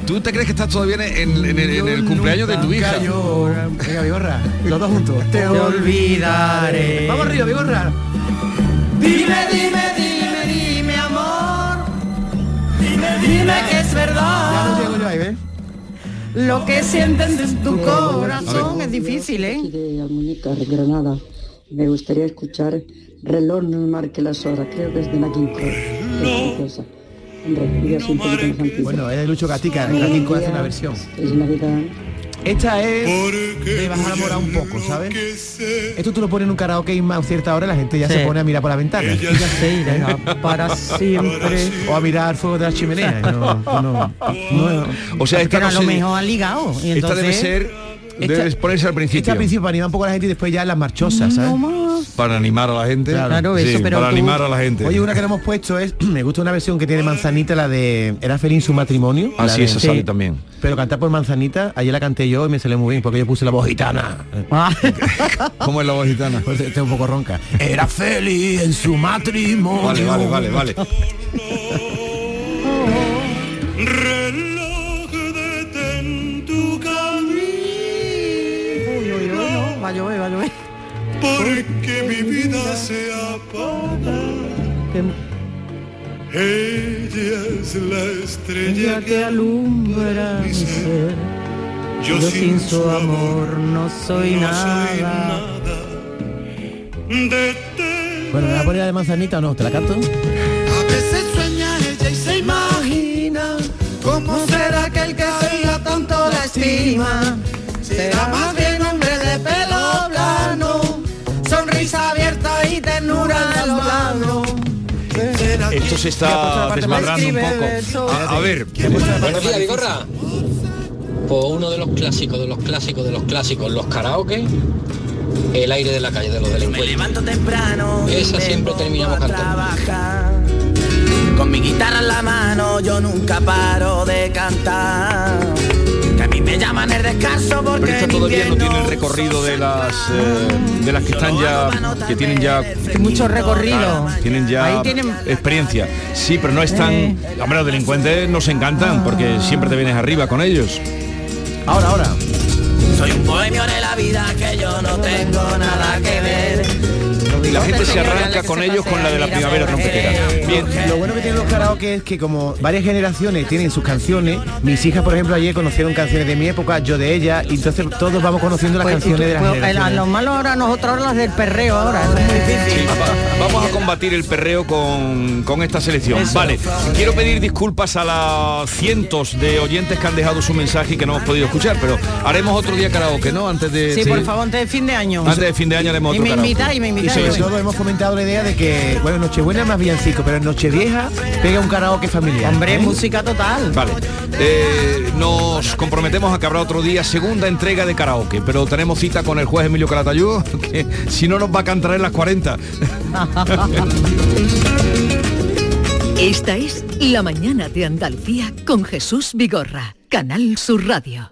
Speaker 1: ¿Tú te crees que estás todavía en, en- en- en el cumpleaños de tu hija?
Speaker 2: Venga, Vigorra, los dos juntos. Te
Speaker 8: olvidaré.
Speaker 2: Vamos arriba, Vigorra.
Speaker 8: Dime, dime, dime, dime, amor. Dime, dime que es verdad.
Speaker 2: Ya no llego yo ahí, ¿ves?
Speaker 3: Lo que sienten de tu
Speaker 12: A
Speaker 3: corazón
Speaker 12: ver.
Speaker 3: es difícil, ¿eh?
Speaker 12: Aquí de Almuñécar, Granada. Me gustaría escuchar Reloj no marque las horas, creo que es de Nakin Cole. Es preciosa. Hombre, yo soy un poquito más antigua.
Speaker 2: Bueno, es de Lucho Gatica, Gatica hace una versión.
Speaker 12: Es Navidad.
Speaker 2: Esta es de bajar la moral un poco, ¿sabes? Esto tú lo pones en un karaoke Isma, a cierta hora la gente ya
Speaker 3: Sí.
Speaker 2: se pone a mirar por la ventana.
Speaker 3: Ella se irá para siempre.
Speaker 2: O a mirar fuego de la chimenea. No, no, no.
Speaker 1: O sea, esta
Speaker 3: Pero
Speaker 1: no
Speaker 3: a lo
Speaker 1: se-
Speaker 3: mejor ha ligado. Y
Speaker 1: Esta
Speaker 3: entonces,
Speaker 1: debe ser, debe ponerse al
Speaker 2: Este
Speaker 1: principio.
Speaker 2: al principio para animar un poco a la gente y después ya las marchosas, ¿sabes?
Speaker 1: Para animar a la gente. Sí, para animar a la gente.
Speaker 2: Oye, una que no hemos puesto es, me gusta una versión que tiene Manzanita, la de Era feliz su matrimonio.
Speaker 1: Ah,
Speaker 2: La
Speaker 1: sí,
Speaker 2: de-
Speaker 1: esa sale también.
Speaker 2: Pero cantar por Manzanita, ayer la canté yo y me salió muy bien porque yo puse la voz gitana.
Speaker 1: ¿Cómo es la voz gitana?
Speaker 2: Pues está un poco ronca. Era feliz en su matrimonio.
Speaker 1: Vale, vale, vale, vale.
Speaker 8: tu camino.
Speaker 3: Va a llover, va a llover.
Speaker 8: Porque mi vida se apaga. Ella es la estrella que alumbra mi ser.
Speaker 3: Yo sin su amor no soy
Speaker 8: no soy
Speaker 3: nada.
Speaker 2: Bueno, ¿me voy a poner la de Manzanita o no? ¿Te la canto?
Speaker 8: A veces sueña ella y se imagina cómo será que el que siga tanto la estima. Será más bien hombre de pelo plano, sonrisa abierta y ternura en el plano.
Speaker 1: Esto se
Speaker 8: pues,
Speaker 1: está desmadrando un poco. A, a ver.
Speaker 4: Buenos días, Vigorra. Pues uno de los clásicos, de los clásicos, de los clásicos, los karaoke, el aire de la calle de los delincuentes. Esa siempre terminamos cantando.
Speaker 8: Con mi guitarra en la mano yo nunca paro de cantar. Que a mí me llaman el descanso
Speaker 1: Pero
Speaker 8: porque
Speaker 1: esta
Speaker 8: en
Speaker 1: todavía no
Speaker 8: invierno
Speaker 1: tiene el recorrido de las eh, de las que están ya que tienen ya
Speaker 3: mucho recorrido.
Speaker 1: tienen ya
Speaker 3: Ahí tienen-
Speaker 1: experiencia. Sí, pero no están. Hombre, los delincuentes nos encantan porque siempre te vienes arriba con ellos.
Speaker 2: Ahora, ahora.
Speaker 8: soy un bohemio de la vida que yo no tengo nada que ver.
Speaker 1: Y la gente se arranca con ellos con la de la primavera rompequera. Bien.
Speaker 2: Lo bueno que tienen los karaoke es que como varias generaciones tienen sus canciones, mis hijas, por ejemplo, ayer conocieron canciones de mi época, yo de ella, y entonces todos vamos conociendo las
Speaker 3: Pues, y tú-
Speaker 2: canciones de las
Speaker 3: pues, el- a
Speaker 2: generaciones.
Speaker 3: lo malo ahora nosotros ahora las del perreo ahora. es muy difícil.
Speaker 1: Va- Vamos a combatir el perreo con, con esta selección. Vale, quiero pedir disculpas a las cientos de oyentes que han dejado su mensaje y que no hemos podido escuchar, pero haremos otro día había karaoke, ¿no? Antes de...
Speaker 3: Sí, por favor, antes de fin de año.
Speaker 1: Antes de fin de año haremos
Speaker 3: Y
Speaker 1: otro
Speaker 3: me
Speaker 1: karaoke.
Speaker 3: invitáis, y me
Speaker 2: Y
Speaker 3: invitáis.
Speaker 2: sobre todo hemos comentado la idea de que, bueno, Nochebuena más villancico, pero en Nochevieja pega un karaoke familiar. ¿eh?
Speaker 3: Hombre, música total.
Speaker 1: Vale. Eh, nos comprometemos a que habrá otro día segunda entrega de karaoke, pero tenemos cita con el juez Emilio Calatayud, que si no nos va a cantar en las 40.
Speaker 10: Esta es La mañana de Andalucía con Jesús Vigorra, Canal Sur Radio.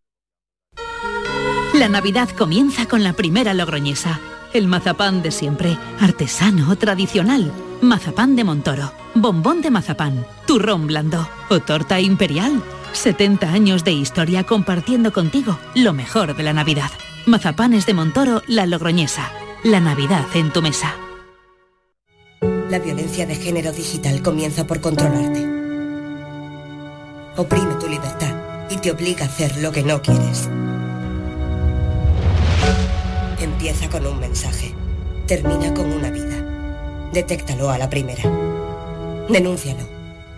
Speaker 10: La Navidad comienza con la primera logroñesa. El mazapán de siempre, artesano, tradicional. Mazapán de Montoro, bombón de mazapán, turrón blando o torta imperial. 70 años de historia compartiendo contigo lo mejor de la Navidad. Mazapanes de Montoro, la logroñesa. La Navidad en tu mesa.
Speaker 26: La violencia de género digital comienza por controlarte. Oprime tu libertad y te obliga a hacer lo que no quieres. Empieza con un mensaje. Termina con una vida. Detéctalo a la primera. Denúncialo.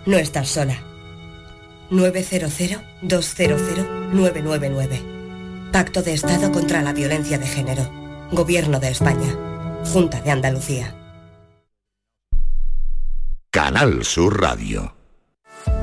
Speaker 26: No estás sola. 900-200-999. Pacto de Estado contra la Violencia de Género. Gobierno de España. Junta de Andalucía.
Speaker 27: Canal Sur Radio.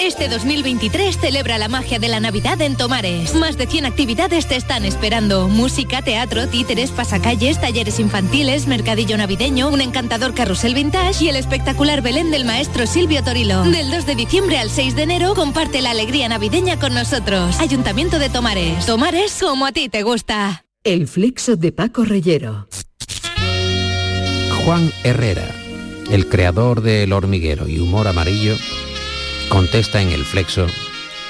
Speaker 28: Este 2023 celebra la magia de la Navidad en Tomares. Más de 100 actividades te están esperando. Música, teatro, títeres, pasacalles, talleres infantiles, mercadillo navideño, un encantador carrusel vintage y el espectacular Belén del maestro Silvio Torilo. Del 2 de diciembre al 6 de enero comparte la alegría navideña con nosotros. Ayuntamiento de Tomares. Tomares como a ti te gusta.
Speaker 10: El flexo de Paco Reyero.
Speaker 29: Juan Herrera, el creador del hormiguero y humor amarillo, contesta en el flexo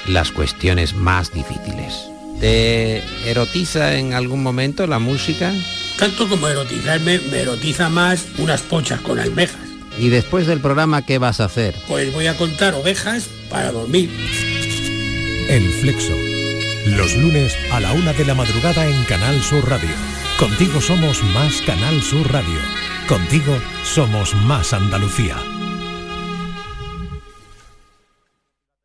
Speaker 29: las cuestiones más difíciles. ¿Te erotiza en algún momento la música?
Speaker 30: Tanto como erotizarme, me erotiza más unas pochas con almejas.
Speaker 29: Y después del programa, ¿qué vas a hacer?
Speaker 30: Pues voy a contar ovejas para dormir.
Speaker 31: El Flexo. Los lunes a la una de la madrugada en Canal Sur Radio. Contigo somos más Canal Sur Radio. Contigo somos más Andalucía.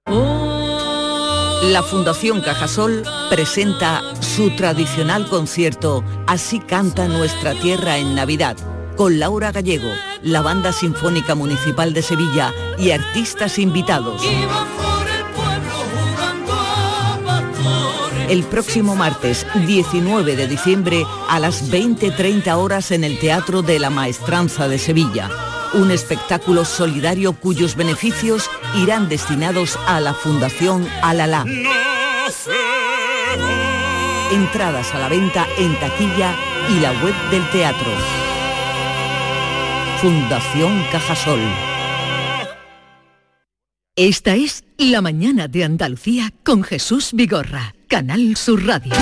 Speaker 32: La Fundación Cajasol presenta su tradicional concierto Así canta nuestra tierra en Navidad, con Laura Gallego, la Banda Sinfónica Municipal de Sevilla y artistas invitados. El próximo martes 19 de diciembre a las 20.30 horas en el Teatro de la Maestranza de Sevilla. Un espectáculo solidario cuyos beneficios irán destinados a la Fundación Alalá. Entradas a la venta en taquilla y la web del teatro. Fundación Cajasol.
Speaker 23: Esta es La Mañana de Andalucía con Jesús Vigorra, Canal Sur Radio.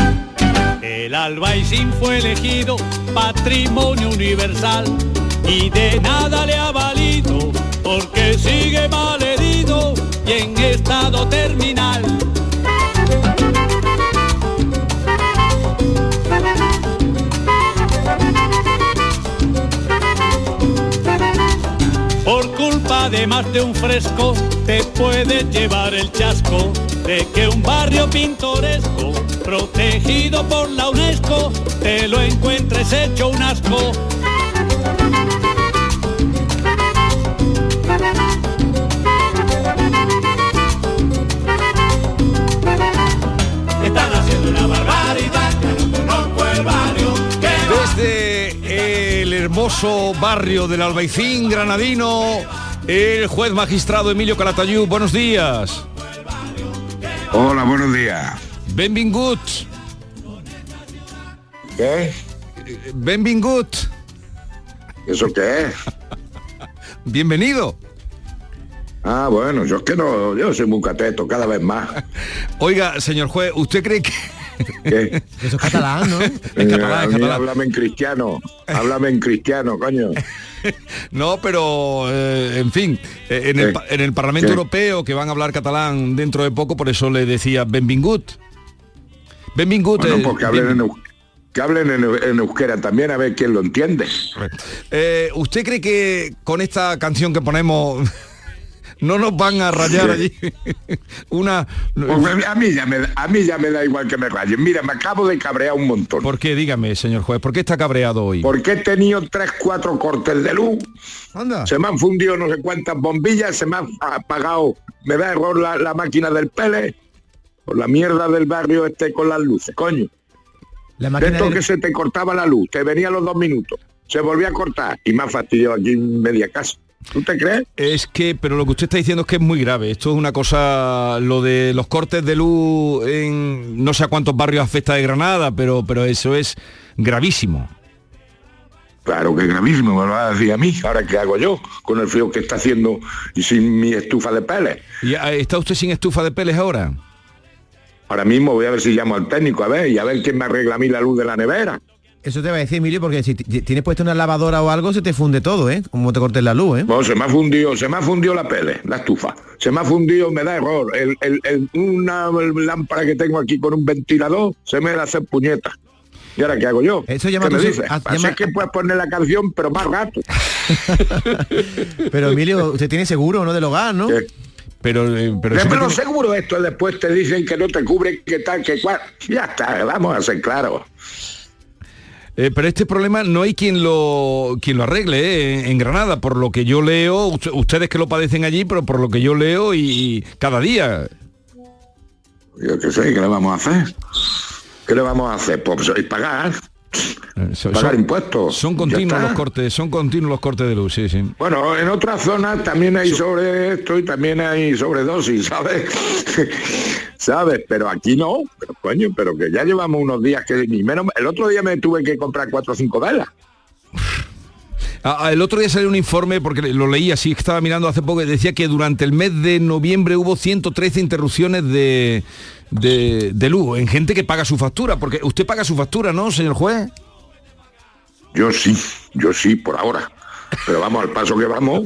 Speaker 5: El Albaicín fue elegido patrimonio universal y de nada le ha valido porque sigue malherido y en estado terminal. Por culpa de más de un fresco te puedes llevar el chasco de que un barrio pintoresco protegido por la UNESCO te lo encuentres hecho un asco. Están haciendo una barbaridad que no conozco el barrio que
Speaker 1: Desde el hermoso barrio del Albaicín granadino, el juez magistrado Emilio Calatayud, buenos días.
Speaker 6: Hola, buenos días.
Speaker 1: Benvingut.
Speaker 6: ¿Qué?
Speaker 1: Benvingut.
Speaker 6: ¿Eso qué es?
Speaker 1: Bienvenido.
Speaker 6: Ah, bueno, yo es que no, yo soy muy cateto cada vez más.
Speaker 1: Oiga, señor juez, ¿usted cree que...
Speaker 6: ¿Qué? Eh,
Speaker 1: Eso es catalán, ¿no? Es
Speaker 6: A
Speaker 1: catalán, es
Speaker 6: mí
Speaker 1: catalán.
Speaker 6: háblame en cristiano, háblame en cristiano, coño.
Speaker 1: No, pero eh, en fin, eh, en, el, pa- en el Parlamento
Speaker 6: ¿Qué?
Speaker 1: Europeo que van a hablar catalán dentro de poco, por eso le decía benvingut. Benvingut.
Speaker 6: Bueno,
Speaker 1: eh,
Speaker 6: pues que hablen, en,
Speaker 1: ben-
Speaker 6: eu- que hablen en, eu- en euskera también, a ver quién lo entiende.
Speaker 1: Eh, ¿Usted cree que con esta canción que ponemos no nos van a rayar allí? Una.
Speaker 6: Pues a mí ya me, da- a mí ya me da igual que me rayen. Mira, me acabo de cabrear un montón.
Speaker 1: ¿Por qué? Dígame, señor juez, ¿por qué está cabreado hoy?
Speaker 6: Porque he tenido tres, cuatro cortes de luz. Se me han fundido no sé cuántas bombillas, se me han apagado, me da error la, la máquina del pele. Por la mierda del barrio este con las luces, coño. De
Speaker 2: máquina
Speaker 6: esto
Speaker 2: del-
Speaker 6: que se te cortaba la luz, te venía a los dos minutos, se volvía a cortar y me ha fastidiado aquí media casa. ¿Tú te crees?
Speaker 1: Es que, pero lo que usted está diciendo es que es muy grave. Esto es una cosa, lo de los cortes de luz en no sé a cuántos barrios afecta de Granada, pero, pero eso es gravísimo.
Speaker 6: Claro que es gravísimo, me lo vas a decir a mí. Ahora, ¿qué hago yo con el frío que está haciendo y sin mi estufa de peles?
Speaker 1: ¿Y ah, está usted sin estufa de peles ahora?
Speaker 6: Ahora mismo voy a ver si llamo al técnico, a ver, y a ver quién me arregla a mí la luz de la nevera.
Speaker 2: Eso te va a decir, Emilio, porque si t- tienes puesta una lavadora o algo, se te funde todo, ¿eh? Como te cortes la luz, ¿eh?
Speaker 6: Bueno, se me ha fundido, se me ha fundido la pele, la estufa. Se me ha fundido, me da error. El- el- el- una lámpara que tengo aquí con un ventilador se me la hace puñeta. ¿Y ahora qué hago yo?
Speaker 2: Eso llama
Speaker 6: ¿Qué me
Speaker 2: tu-
Speaker 6: dices?
Speaker 2: haz-
Speaker 6: Así
Speaker 2: llama-
Speaker 6: es que puedes poner la canción, pero más rato.
Speaker 2: Pero, Emilio, usted tiene seguro, ¿no? Del hogar, ¿no?
Speaker 1: Pero, eh, pero
Speaker 6: Pero,
Speaker 2: siempre tiene-
Speaker 6: seguro esto después te dicen que no te cubre, que tal, que cual. Ya está, vamos a ser claros.
Speaker 1: Eh, pero este problema no hay quien lo quien lo arregle eh, en, en Granada, por lo que yo leo, ut- ustedes que lo padecen allí, pero por lo que yo leo y, y cada día. eh,
Speaker 6: Yo qué sé, ¿qué le vamos a hacer? ¿Qué le vamos a hacer? Pues eh, pagar.
Speaker 2: Pues
Speaker 6: Pagar impuestos.
Speaker 1: Son
Speaker 6: Ya
Speaker 1: continuos
Speaker 6: está.
Speaker 1: los cortes, son continuos los cortes de luz, sí, sí.
Speaker 6: Bueno, en otras zonas también hay sobre esto y también hay sobredosis, ¿sabes? ¿Sabes? Pero aquí no, pero coño, pero que ya llevamos unos días que ni menos. El otro día me tuve que comprar cuatro o cinco velas.
Speaker 1: Ah, ah, el otro día salió un informe, porque lo leí así, que estaba mirando hace poco, que decía que durante el mes de noviembre hubo 113 interrupciones de, de, de luz en gente que paga su factura, porque usted paga su factura, ¿no, señor juez?
Speaker 6: Yo sí, yo sí, por ahora. Pero vamos al paso que vamos.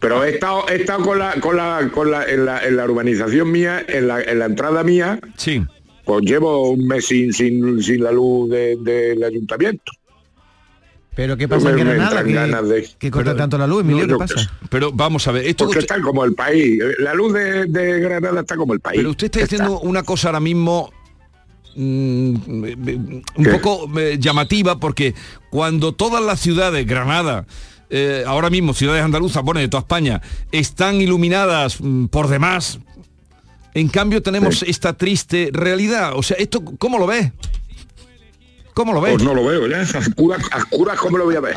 Speaker 6: Pero he estado, he estado con la, con la, con la, en la, en la urbanización mía, en la, en la entrada mía.
Speaker 1: Sí.
Speaker 6: Pues llevo un mes sin, sin, sin la luz de- del ayuntamiento.
Speaker 2: Pero ¿qué pasa en
Speaker 6: me- me
Speaker 2: Granada?
Speaker 6: entran ganas
Speaker 2: Que,
Speaker 6: de-
Speaker 2: que corta tanto la luz, Emilio, ¿qué
Speaker 6: pues,
Speaker 2: pasa?
Speaker 1: Pero vamos a ver, esto
Speaker 6: Porque está como el país. La luz de, de Granada está como el país.
Speaker 1: Pero usted está diciendo una cosa ahora mismo mm, un poco eh, llamativa porque cuando todas las ciudades, Granada, eh, ahora mismo ciudades andaluzas, bueno, de toda España, están iluminadas mm, por demás, en cambio tenemos esta triste realidad. O sea, esto, ¿cómo lo ves? ¿Cómo lo ves?
Speaker 6: Pues no lo veo, ya. A oscuras, a oscuras cómo lo voy a ver.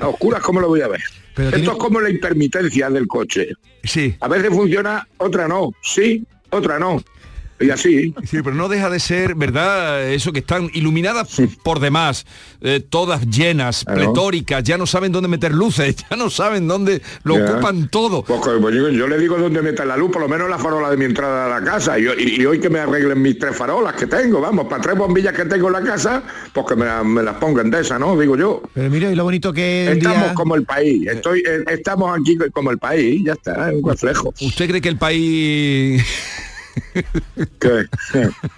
Speaker 6: A oscuras cómo lo voy a ver. Esto es como la intermitencia del coche.
Speaker 1: Sí.
Speaker 6: A veces funciona, otra no. Sí, otra no. Y así.
Speaker 1: Sí, pero no deja de ser, ¿verdad? Eso que están iluminadas por demás, eh, todas llenas,
Speaker 6: Claro.
Speaker 1: pletóricas, ya no saben dónde meter luces, ya no saben dónde lo
Speaker 6: Ya.
Speaker 1: ocupan todo.
Speaker 6: Pues, co- pues yo, yo le digo dónde meta la luz, por lo menos la farola de mi entrada a la casa. Yo- y, y hoy que me arreglen mis tres farolas que tengo, vamos, para tres bombillas que tengo en la casa, pues que me, la- me las pongan de esa, ¿no? Digo yo.
Speaker 2: Pero mira, y lo bonito que el
Speaker 6: Estamos
Speaker 2: día...
Speaker 6: como el país, estoy, eh, estamos aquí como el país, ya está, es un reflejo.
Speaker 1: ¿Usted cree que el país...
Speaker 6: ¿Qué?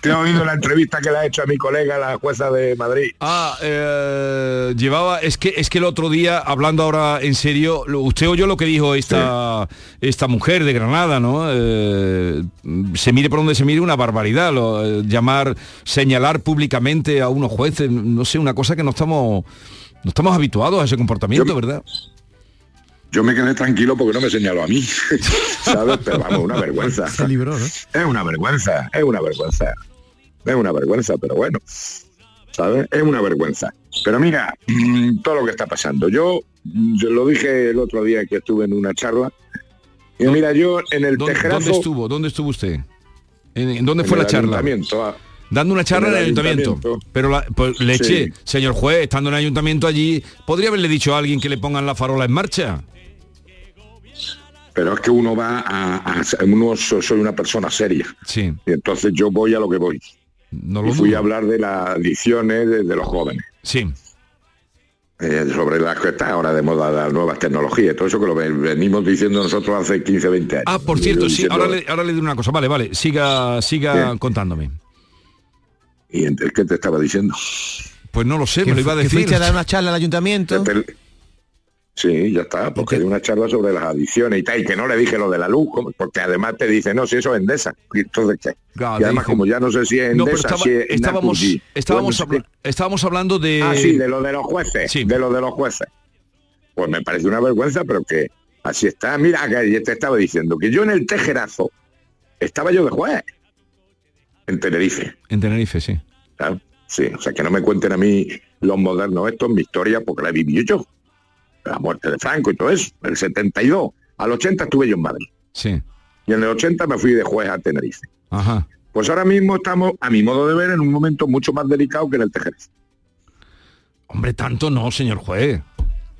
Speaker 6: Te he oído la entrevista que le ha hecho a mi colega, la jueza de Madrid.
Speaker 1: Ah, eh, llevaba, es que es que el otro día, hablando ahora en serio, lo- usted oyó lo que dijo esta, esta mujer de Granada, ¿no? Eh, mm, se mire por donde se mire una barbaridad, lo- eh, llamar, señalar públicamente a unos jueces, no sé, una cosa que no estamos, no estamos habituados a ese comportamiento, ¿verdad?
Speaker 6: Yo me quedé tranquilo porque no me señaló a mí, ¿sabes? Pero vamos, una vergüenza. Es una vergüenza, es una vergüenza. Es una vergüenza, pero bueno, ¿sabes? Es una vergüenza. Pero mira, mm, todo lo que está pasando. Yo, mm, yo lo dije el otro día que estuve en una charla. Y mira, yo en el
Speaker 1: ¿Dónde,
Speaker 6: tejerazo...
Speaker 1: dónde estuvo? ¿Dónde estuvo usted? ¿En, en dónde
Speaker 6: en
Speaker 1: fue
Speaker 6: el
Speaker 1: la charla?
Speaker 6: ayuntamiento, ah,
Speaker 1: Dando una charla en el ayuntamiento. Pero la, pues, le
Speaker 6: Sí.
Speaker 1: eché, señor juez, estando en el ayuntamiento allí, ¿podría haberle dicho a alguien que le pongan la farola en marcha?
Speaker 6: Pero es que uno va a... a- uno, so- soy una persona seria.
Speaker 1: Sí.
Speaker 6: Y entonces yo voy a lo que voy.
Speaker 1: lo
Speaker 6: y fui
Speaker 1: dudo.
Speaker 6: a hablar de las adicciones de, de los jóvenes.
Speaker 1: Sí.
Speaker 6: Eh, sobre las que está ahora de moda las nuevas tecnologías, todo eso que lo ven- venimos diciendo nosotros hace 15, 20 años.
Speaker 1: Ah, por
Speaker 6: Yo
Speaker 1: cierto, sí,
Speaker 6: diciendo-
Speaker 1: ahora le, ahora le diré una cosa. Vale, vale, siga, siga
Speaker 6: Bien.
Speaker 1: contándome.
Speaker 6: ¿Y entre qué te estaba diciendo?
Speaker 1: Pues no lo sé, me
Speaker 2: que
Speaker 1: lo iba a
Speaker 2: fu- que
Speaker 1: decir.
Speaker 2: fuiste a dar una charla al ayuntamiento.
Speaker 6: Sí, ya está, porque hay una charla sobre las adicciones y tal, y que no le dije lo de la luz, como- porque además te dice, no, si eso es Endesa. Y entonces, ¿qué?
Speaker 1: Claro,
Speaker 6: y además,
Speaker 1: dicen-
Speaker 6: como ya no sé si es Endesa,
Speaker 1: No, pero estaba-
Speaker 6: si es
Speaker 1: estábamos,
Speaker 6: Naturgy,
Speaker 1: estábamos,
Speaker 6: bueno,
Speaker 1: habla- estábamos hablando de...
Speaker 6: Ah, sí, de lo de los jueces. De lo de los jueces. Pues me parece una vergüenza, pero que así está. Mira, que yo te estaba diciendo que yo en el tejerazo estaba yo de juez. En Tenerife.
Speaker 1: En Tenerife, sí.
Speaker 6: ¿sabes? Sí, o sea, que no me cuenten a mí los modernos esto es mi historia, porque la he vivido yo. La muerte de Franco y todo eso. El 72. Al 80 estuve yo en Madrid.
Speaker 1: Sí.
Speaker 6: Y en el 80 me fui de juez a Tenerife.
Speaker 1: Ajá.
Speaker 6: Pues ahora mismo estamos, a mi modo de ver, en un momento mucho más delicado que en el tejerazo.
Speaker 1: Hombre, tanto no, señor juez.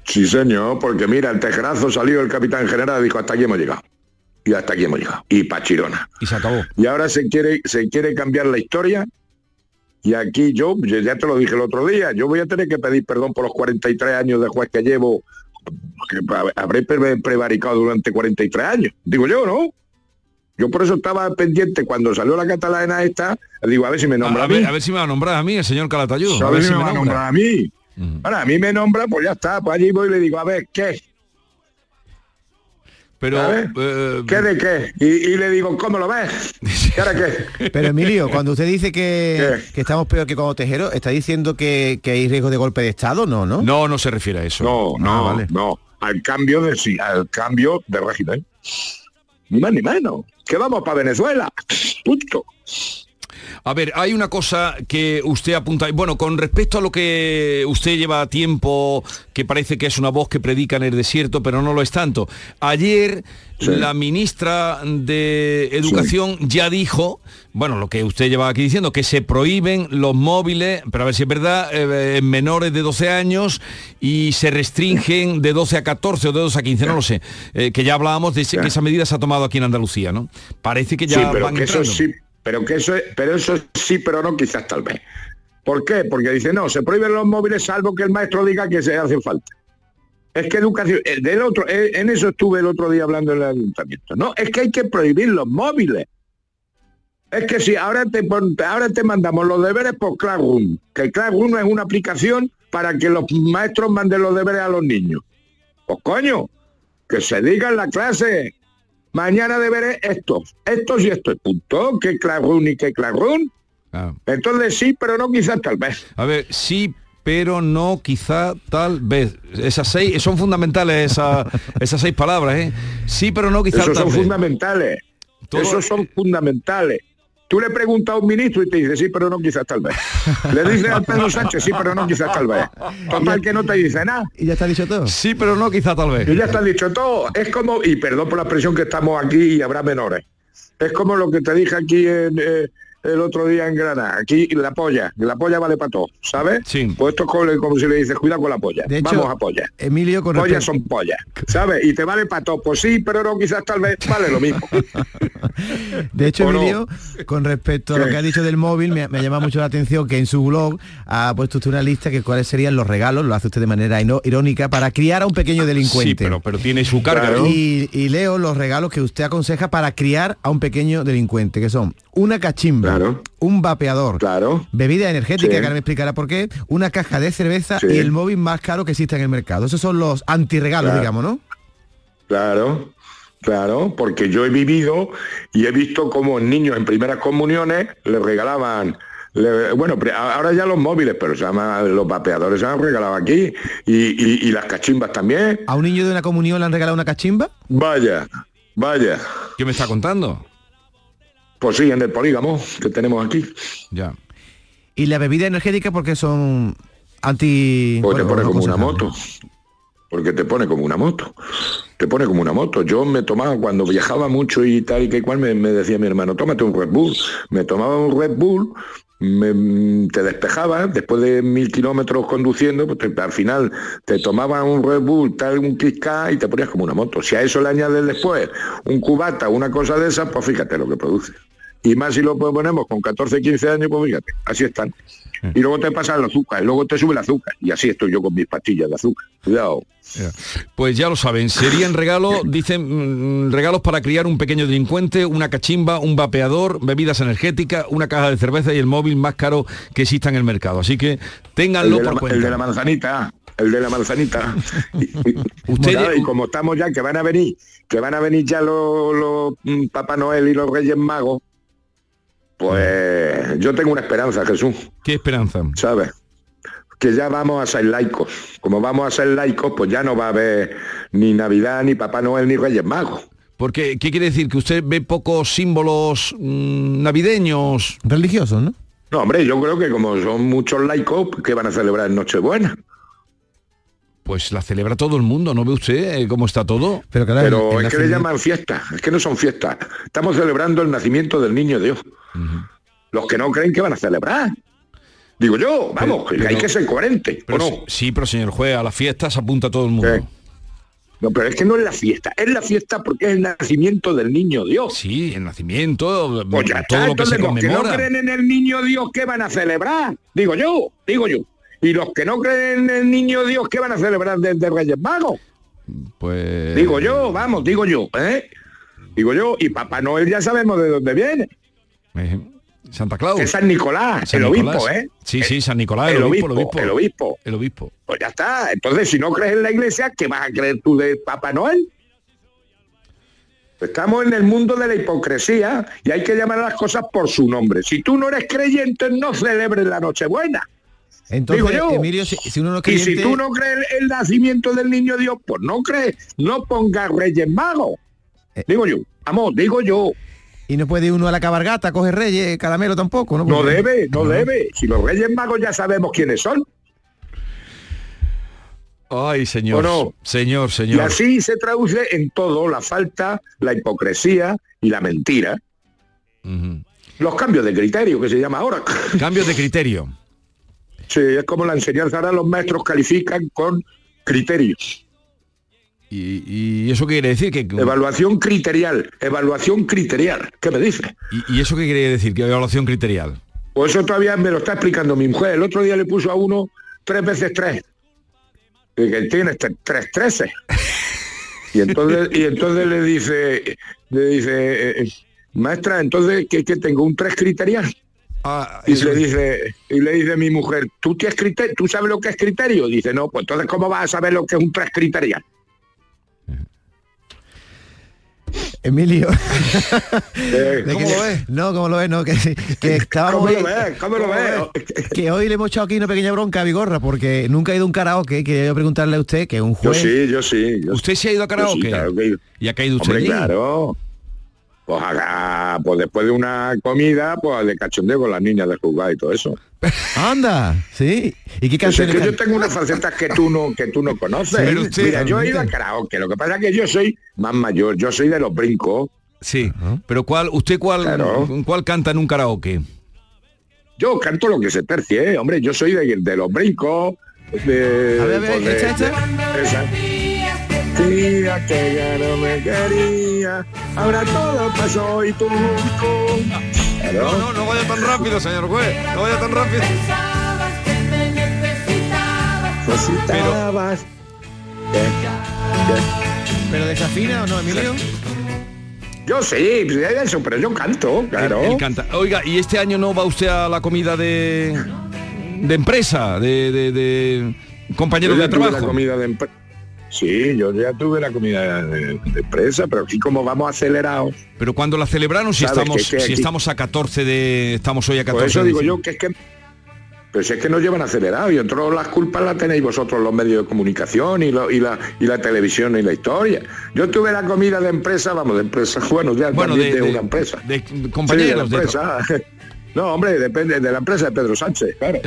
Speaker 6: Sí, señor, porque mira, el tejerazo salió el capitán general y dijo, hasta aquí hemos llegado. Y hasta aquí hemos llegado. Y pa' Chirona.
Speaker 1: Y se acabó.
Speaker 6: Y ahora se quiere, se quiere cambiar la historia. Y aquí yo, yo ya te lo dije el otro día, yo voy a tener que pedir perdón por los 43 años de juez que llevo, que pa- habré pre- prevaricado durante 43 años. Digo yo, ¿no? Yo por eso estaba pendiente cuando salió la catalana esta, digo, a ver si me nombra
Speaker 1: A, a
Speaker 6: a mí.
Speaker 1: ver, a ver si me va a nombrar a mí, el señor Calatayud.
Speaker 6: A ver si me va a nombrar a mí. Ahora, a mí me nombra, pues ya está, pues allí voy y le digo, a ver, ¿qué?
Speaker 1: Pero, eh,
Speaker 6: ¿Sabes? ¿Qué de qué? Y, y le digo, ¿cómo lo ves? ¿Y ahora qué?
Speaker 2: Pero Emilio, cuando usted dice que, que estamos peor que cuando Tejero, ¿está diciendo que, que hay riesgo de golpe de Estado? No, ¿no?
Speaker 1: No, no se refiere a eso. Ah,
Speaker 6: No, no, no. Al cambio de sí, al cambio de régimen. Ni más ni menos. Que vamos para Venezuela. Punto.
Speaker 1: A ver, hay una cosa que usted apunta, bueno, con respecto a lo que usted lleva tiempo, que parece que es una voz que predica en el desierto, pero no lo es tanto. Ayer la ministra de Educación ya dijo, bueno, lo que usted lleva aquí diciendo, que se prohíben los móviles, pero a ver si es verdad, eh, en menores de 12 años y se restringen de 12 a 14 o de 12 a 15, no lo sé, Eh, que ya hablábamos de ese- que esa medida se ha tomado aquí en Andalucía, ¿no? Parece que ya
Speaker 6: sí, pero
Speaker 1: van
Speaker 6: que eso
Speaker 1: entrando.
Speaker 6: sí, pero que eso, es- pero eso sí, pero no quizás tal vez. ¿Por qué? Porque dice, no, se prohíben los móviles salvo que el maestro diga que se hacen falta. Es que educación, eh, del otro, eh, en eso estuve el otro día hablando en el ayuntamiento. No, es que hay que prohibir los móviles. Es que si ahora te pon- ahora te mandamos los deberes por Classroom, que Classroom es una aplicación para que los maestros manden los deberes a los niños. Pues coño, que se diga en la clase, mañana deberé estos, estos y estos, punto, que Classroom y que Classroom. Entonces sí, pero no quizás tal vez.
Speaker 1: A ver, sí, pero no, quizá, tal vez. Esas seis, son fundamentales esas, esas seis palabras, ¿eh? Sí, pero no, quizá,
Speaker 6: Esos
Speaker 1: tal
Speaker 6: son
Speaker 1: vez.
Speaker 6: fundamentales. Esos son fundamentales. Tú le preguntas a un ministro y te dice, sí, pero no quizás tal vez. Le dices a Pedro Sánchez, sí, pero no quizás tal vez. Total que no te dice nada.
Speaker 2: Y ya está dicho todo.
Speaker 1: Sí, pero no, quizá, tal vez.
Speaker 6: Y ya está dicho todo. Es como, y perdón por la expresión que estamos aquí y habrá menores. Es como lo que te dije aquí en, eh, el otro día en Granada. Aquí la polla, la polla vale para todo, ¿sabes? Sí. Pues esto es como, como si le dices, cuidado con la polla.
Speaker 2: De hecho,
Speaker 6: Vamos a polla.
Speaker 2: Emilio con
Speaker 6: Pollas
Speaker 2: respecto-
Speaker 6: son pollas, ¿sabes? Y te vale para todo. Pues sí, pero no, quizás tal vez vale lo mismo.
Speaker 2: De hecho,
Speaker 6: ¿O no?
Speaker 2: Emilio, con respecto a lo que ha dicho del móvil, me, me llama mucho la atención que en su blog ha puesto usted una lista que cuáles serían los regalos, lo hace usted de manera ino- irónica, para criar a un pequeño delincuente.
Speaker 1: Sí, pero, pero tiene su carga, ¿no?
Speaker 2: Y, y leo los regalos que usted aconseja para criar a un pequeño delincuente, que son una cachimba, un vapeador, bebida energética,
Speaker 12: Sí.
Speaker 2: que ahora me explicará por qué, una caja de cerveza
Speaker 6: Sí.
Speaker 2: y el móvil más caro que existe en el mercado. Esos son los antirregalos,
Speaker 6: Claro.
Speaker 2: digamos, ¿no?
Speaker 6: Claro, claro, porque yo he vivido y he visto cómo niños en primeras comuniones les regalaban, le- bueno, pre- a- ahora ya los móviles, pero se llama, los vapeadores se han regalado aquí y, y- y las cachimbas también.
Speaker 2: ¿A un niño de una comunión le han regalado una cachimba?
Speaker 6: Vaya, vaya.
Speaker 1: ¿Qué me está contando?
Speaker 6: Pues sí, en el polígamo que tenemos aquí.
Speaker 1: Ya.
Speaker 2: Y la bebida energética porque son anti...
Speaker 6: Porque
Speaker 2: bueno,
Speaker 6: te pone
Speaker 2: no
Speaker 6: como una
Speaker 2: aconsejables.
Speaker 6: moto. Porque te pone como una moto. Te pone como una moto. Yo me tomaba, cuando viajaba mucho y tal y que cual, me, me decía mi hermano, tómate un Red Bull. Me tomaba un Red Bull, me- mm, te despejaba, después de mil kilómetros conduciendo, pues te- al final te tomaba un Red Bull, tal, un Kiská y te ponías como una moto. Si a eso le añades después un cubata, una cosa de esas, pues fíjate lo que produce. Y más si lo ponemos con 14, 15 años, pues fíjate, así están.
Speaker 1: Mm.
Speaker 6: Y luego te pasa el azúcar, y luego te sube el azúcar. Y así estoy yo con mis pastillas de azúcar. Cuidado.
Speaker 1: Pues ya lo saben, serían regalos, dicen mm, regalos para criar un pequeño delincuente, una cachimba, un vapeador, bebidas energéticas, una caja de cerveza y el móvil más caro que exista en el mercado. Así que
Speaker 6: El
Speaker 1: ténganlo
Speaker 6: de, la,
Speaker 1: por
Speaker 6: ma-
Speaker 1: cuenta.
Speaker 6: el de la manzanita, el de la manzanita.
Speaker 1: Ustedes-
Speaker 6: Ustedes, y como estamos ya, que van a venir, que van a venir ya los, los, mm, Papá Noel y los Reyes Magos, pues yo tengo una esperanza, Jesús.
Speaker 1: Mm. ¿Qué esperanza?
Speaker 6: ¿Sabes? Que ya vamos a ser laicos. Como vamos a ser laicos, pues ya no va a haber ni Navidad, ni Papá Noel, ni Reyes Magos.
Speaker 1: Porque, ¿qué quiere decir? Que usted ve pocos símbolos mm, navideños.
Speaker 2: Religiosos, ¿no?
Speaker 6: No, hombre, yo creo que como son muchos laicos, pues, que van a celebrar Nochebuena.
Speaker 1: Pues la celebra todo el mundo, ¿no ve usted eh, cómo está todo?
Speaker 2: Pero
Speaker 6: Pero es que le llaman fiestas, es que no son fiestas. Estamos celebrando el nacimiento del niño Dios. Los que no creen que van a celebrar. Digo yo, vamos, que hay
Speaker 1: pero-
Speaker 6: que ser coherente, ¿o
Speaker 1: Pero
Speaker 6: no?
Speaker 1: sí- Sí, pero señor juez, a las fiestas apunta todo el mundo.
Speaker 6: No, pero es que no es la fiesta, es la fiesta porque es el nacimiento del niño Dios.
Speaker 1: Sí, el nacimiento,
Speaker 6: pues ya
Speaker 1: todo
Speaker 6: está,
Speaker 1: lo que se
Speaker 6: entonces los que no
Speaker 1: conmemora.
Speaker 6: creen en el niño Dios, ¿qué van a celebrar? Digo yo, digo yo. Y los que no creen en el niño Dios, ¿qué van a celebrar desde Reyes Magos?
Speaker 1: Pues...
Speaker 6: Digo yo, vamos, digo yo, ¿eh? Digo yo, y Papá Noel ya sabemos de dónde viene.
Speaker 1: Eh, Santa Claus.
Speaker 6: Es San Nicolás, el obispo, ¿eh?
Speaker 1: Sí, sí, San Nicolás, el,
Speaker 6: el
Speaker 1: obispo,
Speaker 6: obispo,
Speaker 1: el
Speaker 6: el
Speaker 1: obispo.
Speaker 6: obispo.
Speaker 1: El obispo.
Speaker 6: Pues ya está. Entonces, si no crees en la iglesia, ¿qué vas a creer tú de Papá Noel? Estamos en el mundo de la hipocresía y hay que llamar a las cosas por su nombre. Si tú no eres creyente, no celebres la Nochebuena.
Speaker 2: Entonces,
Speaker 6: Digo yo.
Speaker 2: Emilio, si, si uno no es
Speaker 6: Y
Speaker 2: creyente-
Speaker 6: si tú no crees el nacimiento del niño Dios, pues no crees, no pongas reyes magos. Digo yo, vamos, digo yo.
Speaker 2: eh, Y no puede ir uno a la cabargata, coge reyes, caramelo tampoco, ¿no?
Speaker 6: No
Speaker 2: Porque-
Speaker 6: debe, no debe. Si los reyes magos ya sabemos quiénes son.
Speaker 1: Ay, señor.
Speaker 6: ¿O no?
Speaker 1: Señor,
Speaker 6: Y
Speaker 1: señor.
Speaker 6: así se traduce en todo, la falta, la hipocresía y la mentira. Los cambios de criterio, que se llama ahora.
Speaker 1: Cambios de criterio.
Speaker 6: Sí, es como la enseñanza. Ahora los maestros califican con criterios.
Speaker 1: ¿Y, y eso qué quiere decir? Que...
Speaker 6: Evaluación criterial, evaluación criterial. ¿Qué me dice?
Speaker 1: ¿Y, y eso qué quiere decir? Que evaluación criterial.
Speaker 6: Pues eso todavía me lo está explicando mi mujer. El otro día le puso a uno tres veces tres. Y que tiene tre- tres trece. Y entonces, y entonces le dice, le dice, eh, eh, maestra, entonces que, tengo un tres criterial. y le dice, y le dice mi mujer, ¿tú tienes criterio? ¿Tú sabes lo que es criterio? Dice, no, pues entonces ¿cómo vas a saber lo que es un tres criterial?
Speaker 2: Emilio.
Speaker 6: Eh,
Speaker 2: De que-
Speaker 6: ¿Cómo lo ves?
Speaker 2: No, como lo ves, no, que, que estábamos
Speaker 6: ¿Cómo lo
Speaker 2: hoy-
Speaker 6: ves? ¿Cómo lo ves?
Speaker 2: Que hoy le hemos echado aquí una pequeña bronca a Vigorra porque nunca ha ido a un karaoke, quería yo preguntarle a usted que un
Speaker 6: Yo
Speaker 2: juez
Speaker 6: sí, yo sí. yo
Speaker 1: Pues, ¿Usted se ha ido a
Speaker 6: Yo sí,
Speaker 1: karaoke?
Speaker 6: claro que he ido.
Speaker 1: ¿Y ha caído usted
Speaker 6: Hombre,
Speaker 1: allí?
Speaker 6: claro. Pues, haga, pues después de una comida, pues de cachondeo con las niñas de jugar y todo eso.
Speaker 2: Anda, sí. ¿Y qué
Speaker 6: Pues es
Speaker 2: canciones?
Speaker 6: que yo
Speaker 2: can-
Speaker 6: tengo unas facetas que tú no que tú no conoces.
Speaker 2: Sí, pero usted-
Speaker 6: Mira, yo he
Speaker 2: realmente.
Speaker 6: ido a karaoke. Lo que pasa es que yo soy más mayor. Yo soy de los brincos.
Speaker 1: Sí, pero ¿cuál, usted cuál, cuál canta en un karaoke?
Speaker 6: Yo canto lo que se tercie, ¿eh? hombre, yo soy de, de los brincos, de...
Speaker 2: A ver, a ver,
Speaker 6: pues,
Speaker 2: echa,
Speaker 6: de-
Speaker 2: echa.
Speaker 6: de- esa. Tía que ya no me quería, ahora todo pasó y tú...
Speaker 1: No, no, no vaya tan rápido, señor juez. No vaya tan rápido.
Speaker 6: Pero...
Speaker 2: ¿Pero desafina o no, Emilio?
Speaker 6: Yo sí, pues, ya eso, pero yo canto, claro.
Speaker 1: Él canta. Oiga, ¿y este año no va usted a la comida de, de empresa, de, de, de compañeros
Speaker 6: Yo ya
Speaker 1: de
Speaker 6: tuve la
Speaker 1: trabajo?
Speaker 6: comida de empre- sí, yo ya tuve la comida de, de empresa, pero aquí como vamos acelerados.
Speaker 1: Pero cuando la celebraron, si
Speaker 6: Sabes
Speaker 1: estamos,
Speaker 6: que- que
Speaker 1: si
Speaker 6: aquí-
Speaker 1: estamos a 14 de... Estamos hoy a 14
Speaker 6: Por eso
Speaker 1: de
Speaker 6: digo
Speaker 1: diciembre.
Speaker 6: yo que es que pues es que nos llevan acelerados y otros las culpas las tenéis vosotros los medios de comunicación y, lo- y la y la televisión y la historia. Yo tuve la comida de empresa, vamos, de empresa, bueno, ya
Speaker 1: Bueno,
Speaker 6: también
Speaker 1: de-
Speaker 6: de,
Speaker 1: de-
Speaker 6: una empresa.
Speaker 1: de
Speaker 6: Sí, de la
Speaker 1: compañeros de
Speaker 6: empresa. No, hombre, depende de la empresa de Pedro Sánchez, claro.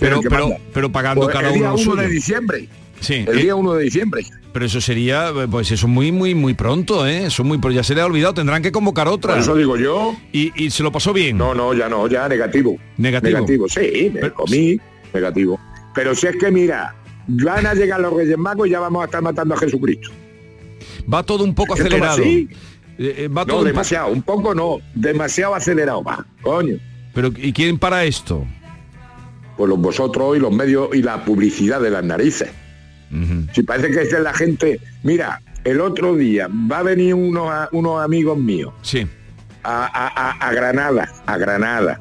Speaker 1: Pero,
Speaker 6: El que
Speaker 1: pero,
Speaker 6: manda.
Speaker 1: pero pagando
Speaker 6: Pues
Speaker 1: cada
Speaker 6: el día
Speaker 1: uno lo
Speaker 6: 1 de
Speaker 1: suyo.
Speaker 6: diciembre.
Speaker 1: Sí.
Speaker 6: El
Speaker 1: eh,
Speaker 6: día 1 de diciembre.
Speaker 1: Pero eso sería, eh, pues eso muy, muy, muy pronto, ¿eh? Eso muy, pro- ya se le ha olvidado, tendrán que convocar otra.
Speaker 6: Por eso digo yo.
Speaker 1: ¿Y, y se lo pasó bien?
Speaker 6: No, no, ya no, ya negativo.
Speaker 1: Negativo.
Speaker 6: sí, me comí, negativo. Pero si es que mira, van a llegar los Reyes Magos y ya vamos a estar matando a Jesucristo.
Speaker 1: Va todo un poco
Speaker 6: ¿Esto va
Speaker 1: acelerado.
Speaker 6: así?
Speaker 1: Eh, eh, va todo un
Speaker 6: No,
Speaker 1: poco-
Speaker 6: demasiado, un poco no, demasiado acelerado va, coño.
Speaker 1: Pero ¿y quién para esto?
Speaker 6: Pues los vosotros y los medios y la publicidad de las narices. Si parece que es de la gente, mira, el otro día va a venir unos, a- unos amigos míos.
Speaker 1: Sí.
Speaker 6: A, a- a- a Granada, a Granada.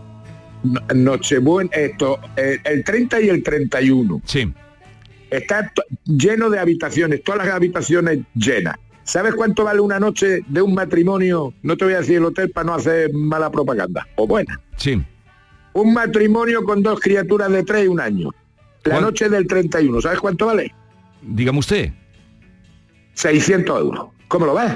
Speaker 6: No- Nochebuena, esto, el, el 30 y el 31.
Speaker 1: Sí.
Speaker 6: Está to- lleno de habitaciones, todas las habitaciones llenas. ¿Sabes cuánto vale una noche de un matrimonio? No te voy a decir el hotel para no hacer mala propaganda, o buena.
Speaker 1: Sí.
Speaker 6: Un matrimonio con dos criaturas de tres y un año. La noche del 31, ¿sabes cuánto vale?
Speaker 1: Dígame usted.
Speaker 6: 600 euros. ¿Cómo lo ves?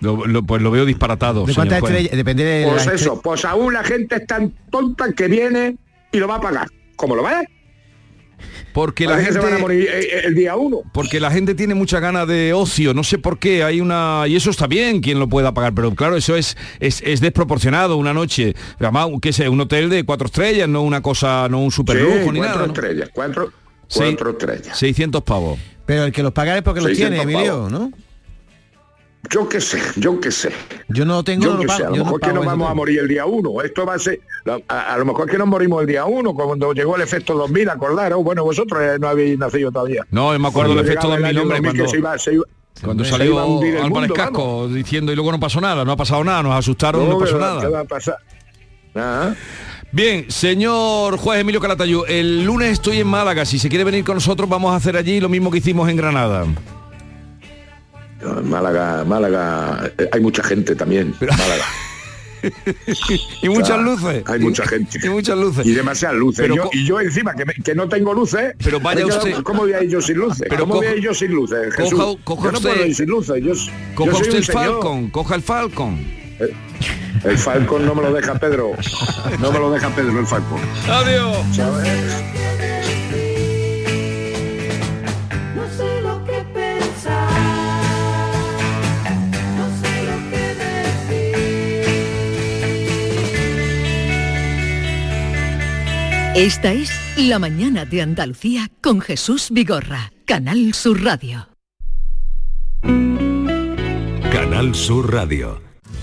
Speaker 1: Lo- lo- pues lo veo disparatado.
Speaker 2: ¿De
Speaker 1: señor
Speaker 2: cuántas
Speaker 1: juez.
Speaker 2: estrellas? Depende de la
Speaker 6: Pues
Speaker 2: estrella.
Speaker 6: eso, pues aún la gente es tan tonta que viene y lo va a pagar. ¿Cómo lo ves?
Speaker 1: Porque la
Speaker 6: Parece pues que se
Speaker 1: gente...
Speaker 6: van a morir eh, eh, el día uno.
Speaker 1: Porque la gente tiene mucha gana de ocio, no sé por qué, hay una... Y eso está bien, quien lo pueda pagar, pero claro, eso es, es, es desproporcionado una noche. Además, qué sé, un hotel de cuatro estrellas, no una cosa, no un superlujo
Speaker 6: Sí,
Speaker 1: Pues ni
Speaker 6: cuatro
Speaker 1: nada. ¿no?
Speaker 6: estrellas, cuatro,
Speaker 1: Sí.
Speaker 6: cuatro estrellas.
Speaker 1: 600 pavos.
Speaker 2: Pero el que los paga es porque los tiene,
Speaker 6: 600
Speaker 2: Emilio,
Speaker 6: pavos.
Speaker 2: ¿no?
Speaker 6: Yo qué sé, yo qué sé.
Speaker 2: Yo no tengo,
Speaker 6: yo
Speaker 2: no
Speaker 6: qué
Speaker 2: lo
Speaker 6: sé, a
Speaker 2: pago,
Speaker 6: lo
Speaker 2: yo no
Speaker 6: mejor que
Speaker 2: pago
Speaker 6: nos
Speaker 2: eso
Speaker 6: vamos a
Speaker 2: todo.
Speaker 6: morir el día uno. Esto va a ser, a, a lo mejor que nos morimos el día uno, cuando llegó el efecto 2000, acordaros. Bueno, vosotros eh, no habéis nacido todavía.
Speaker 1: No, yo me acuerdo del
Speaker 6: Cuando
Speaker 1: efecto
Speaker 6: llegaba el
Speaker 1: 2000,
Speaker 6: año
Speaker 1: hombre,
Speaker 6: 2000 que
Speaker 1: cuando-
Speaker 6: se iba- se iba-
Speaker 1: Cuando
Speaker 6: se iba a
Speaker 1: salió
Speaker 6: hundir el
Speaker 1: Álvarez
Speaker 6: mundo, vamos.
Speaker 1: Casco diciendo y luego no pasó nada, no ha pasado nada, nos asustaron, no,
Speaker 6: No,
Speaker 1: pasó
Speaker 6: que va-
Speaker 1: nada.
Speaker 6: que va a pasar. Nada.
Speaker 1: Bien, señor juez Emilio Calatayú, el lunes estoy en Málaga, si se quiere venir con nosotros vamos a hacer allí lo mismo que hicimos en Granada.
Speaker 6: En Málaga, Málaga, eh, hay mucha gente también. Málaga.
Speaker 1: y
Speaker 6: muchas
Speaker 1: luces.
Speaker 6: Hay mucha gente.
Speaker 1: Y muchas luces.
Speaker 6: Y demasiadas luces.
Speaker 1: Pero
Speaker 6: Yo-
Speaker 1: co-
Speaker 6: y yo encima, que, me- que no tengo luces.
Speaker 1: Pero vaya
Speaker 6: me he
Speaker 1: usted-
Speaker 6: ¿Cómo voy a ir yo sin luces?
Speaker 1: Pero
Speaker 6: ¿Cómo
Speaker 1: coja-
Speaker 6: voy a ir yo sin luces,
Speaker 1: coja-
Speaker 6: Jesús?
Speaker 1: coja
Speaker 6: Yo no
Speaker 1: usted-
Speaker 6: puedo ir sin luces. Yo, s-
Speaker 1: Coja
Speaker 6: yo soy
Speaker 1: usted
Speaker 6: un
Speaker 1: el
Speaker 6: señor.
Speaker 1: Falcon, coja el Falcon.
Speaker 6: El Falcon no me lo deja Pedro. No me lo deja Pedro el Falcon.
Speaker 1: Adiós.
Speaker 33: No sé lo que pensar, no sé lo que
Speaker 10: Esta es La mañana de Andalucía con Jesús Vigorra, Canal Sur Radio.
Speaker 34: Canal Sur Radio.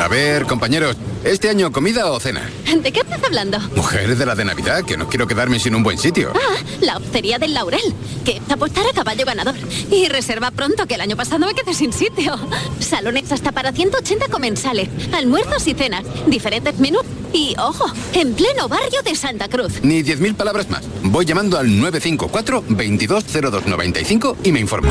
Speaker 11: A ver, compañeros, ¿este año comida o cena?
Speaker 18: ¿De qué estás hablando?
Speaker 11: Mujer de la de Navidad, que no quiero quedarme sin un buen sitio.
Speaker 18: Ah, la hostería del Laurel, que es apostar a caballo ganador. Y reserva pronto, que el año pasado me quedé sin sitio. Salones hasta para 180 comensales, almuerzos y cenas, diferentes menús y, ojo, en pleno barrio de Santa Cruz.
Speaker 11: Ni 10.000 palabras más. Voy llamando al 954-220295 y me informo.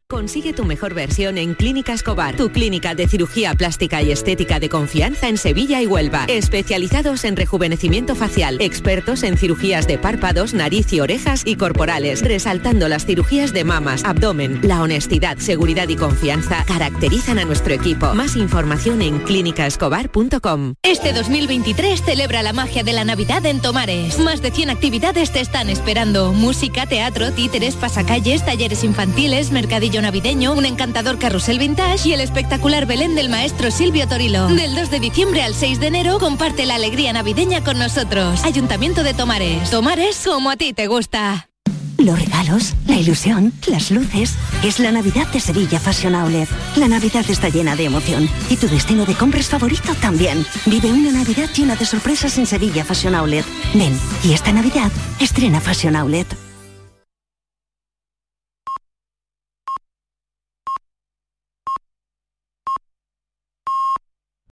Speaker 35: Consigue tu mejor versión en Clínica Escobar, tu clínica de cirugía plástica y estética de confianza en Sevilla y Huelva. Especializados en rejuvenecimiento facial, expertos en cirugías de párpados, nariz y orejas y corporales, resaltando las cirugías de mamas, abdomen. La honestidad, seguridad y confianza caracterizan a nuestro equipo. Más información en clínicaescobar.com.
Speaker 28: Este 2023 celebra la magia de la Navidad en Tomares. Más de 100 actividades te están esperando. Música, teatro, títeres, pasacalles, talleres infantiles, mercadillo navideño, un encantador carrusel vintage y el espectacular Belén del maestro Silvio Torilo. Del 2 de diciembre al 6 de enero comparte la alegría navideña con nosotros. Ayuntamiento de Tomares. Tomares como a ti te gusta.
Speaker 14: Los regalos, la ilusión, las luces. Es la Navidad de Sevilla Fashion Outlet. La Navidad está llena de emoción y tu destino de compras favorito también. Vive una Navidad llena de sorpresas en Sevilla Fashion Outlet. Ven, y esta Navidad estrena Fashion Outlet.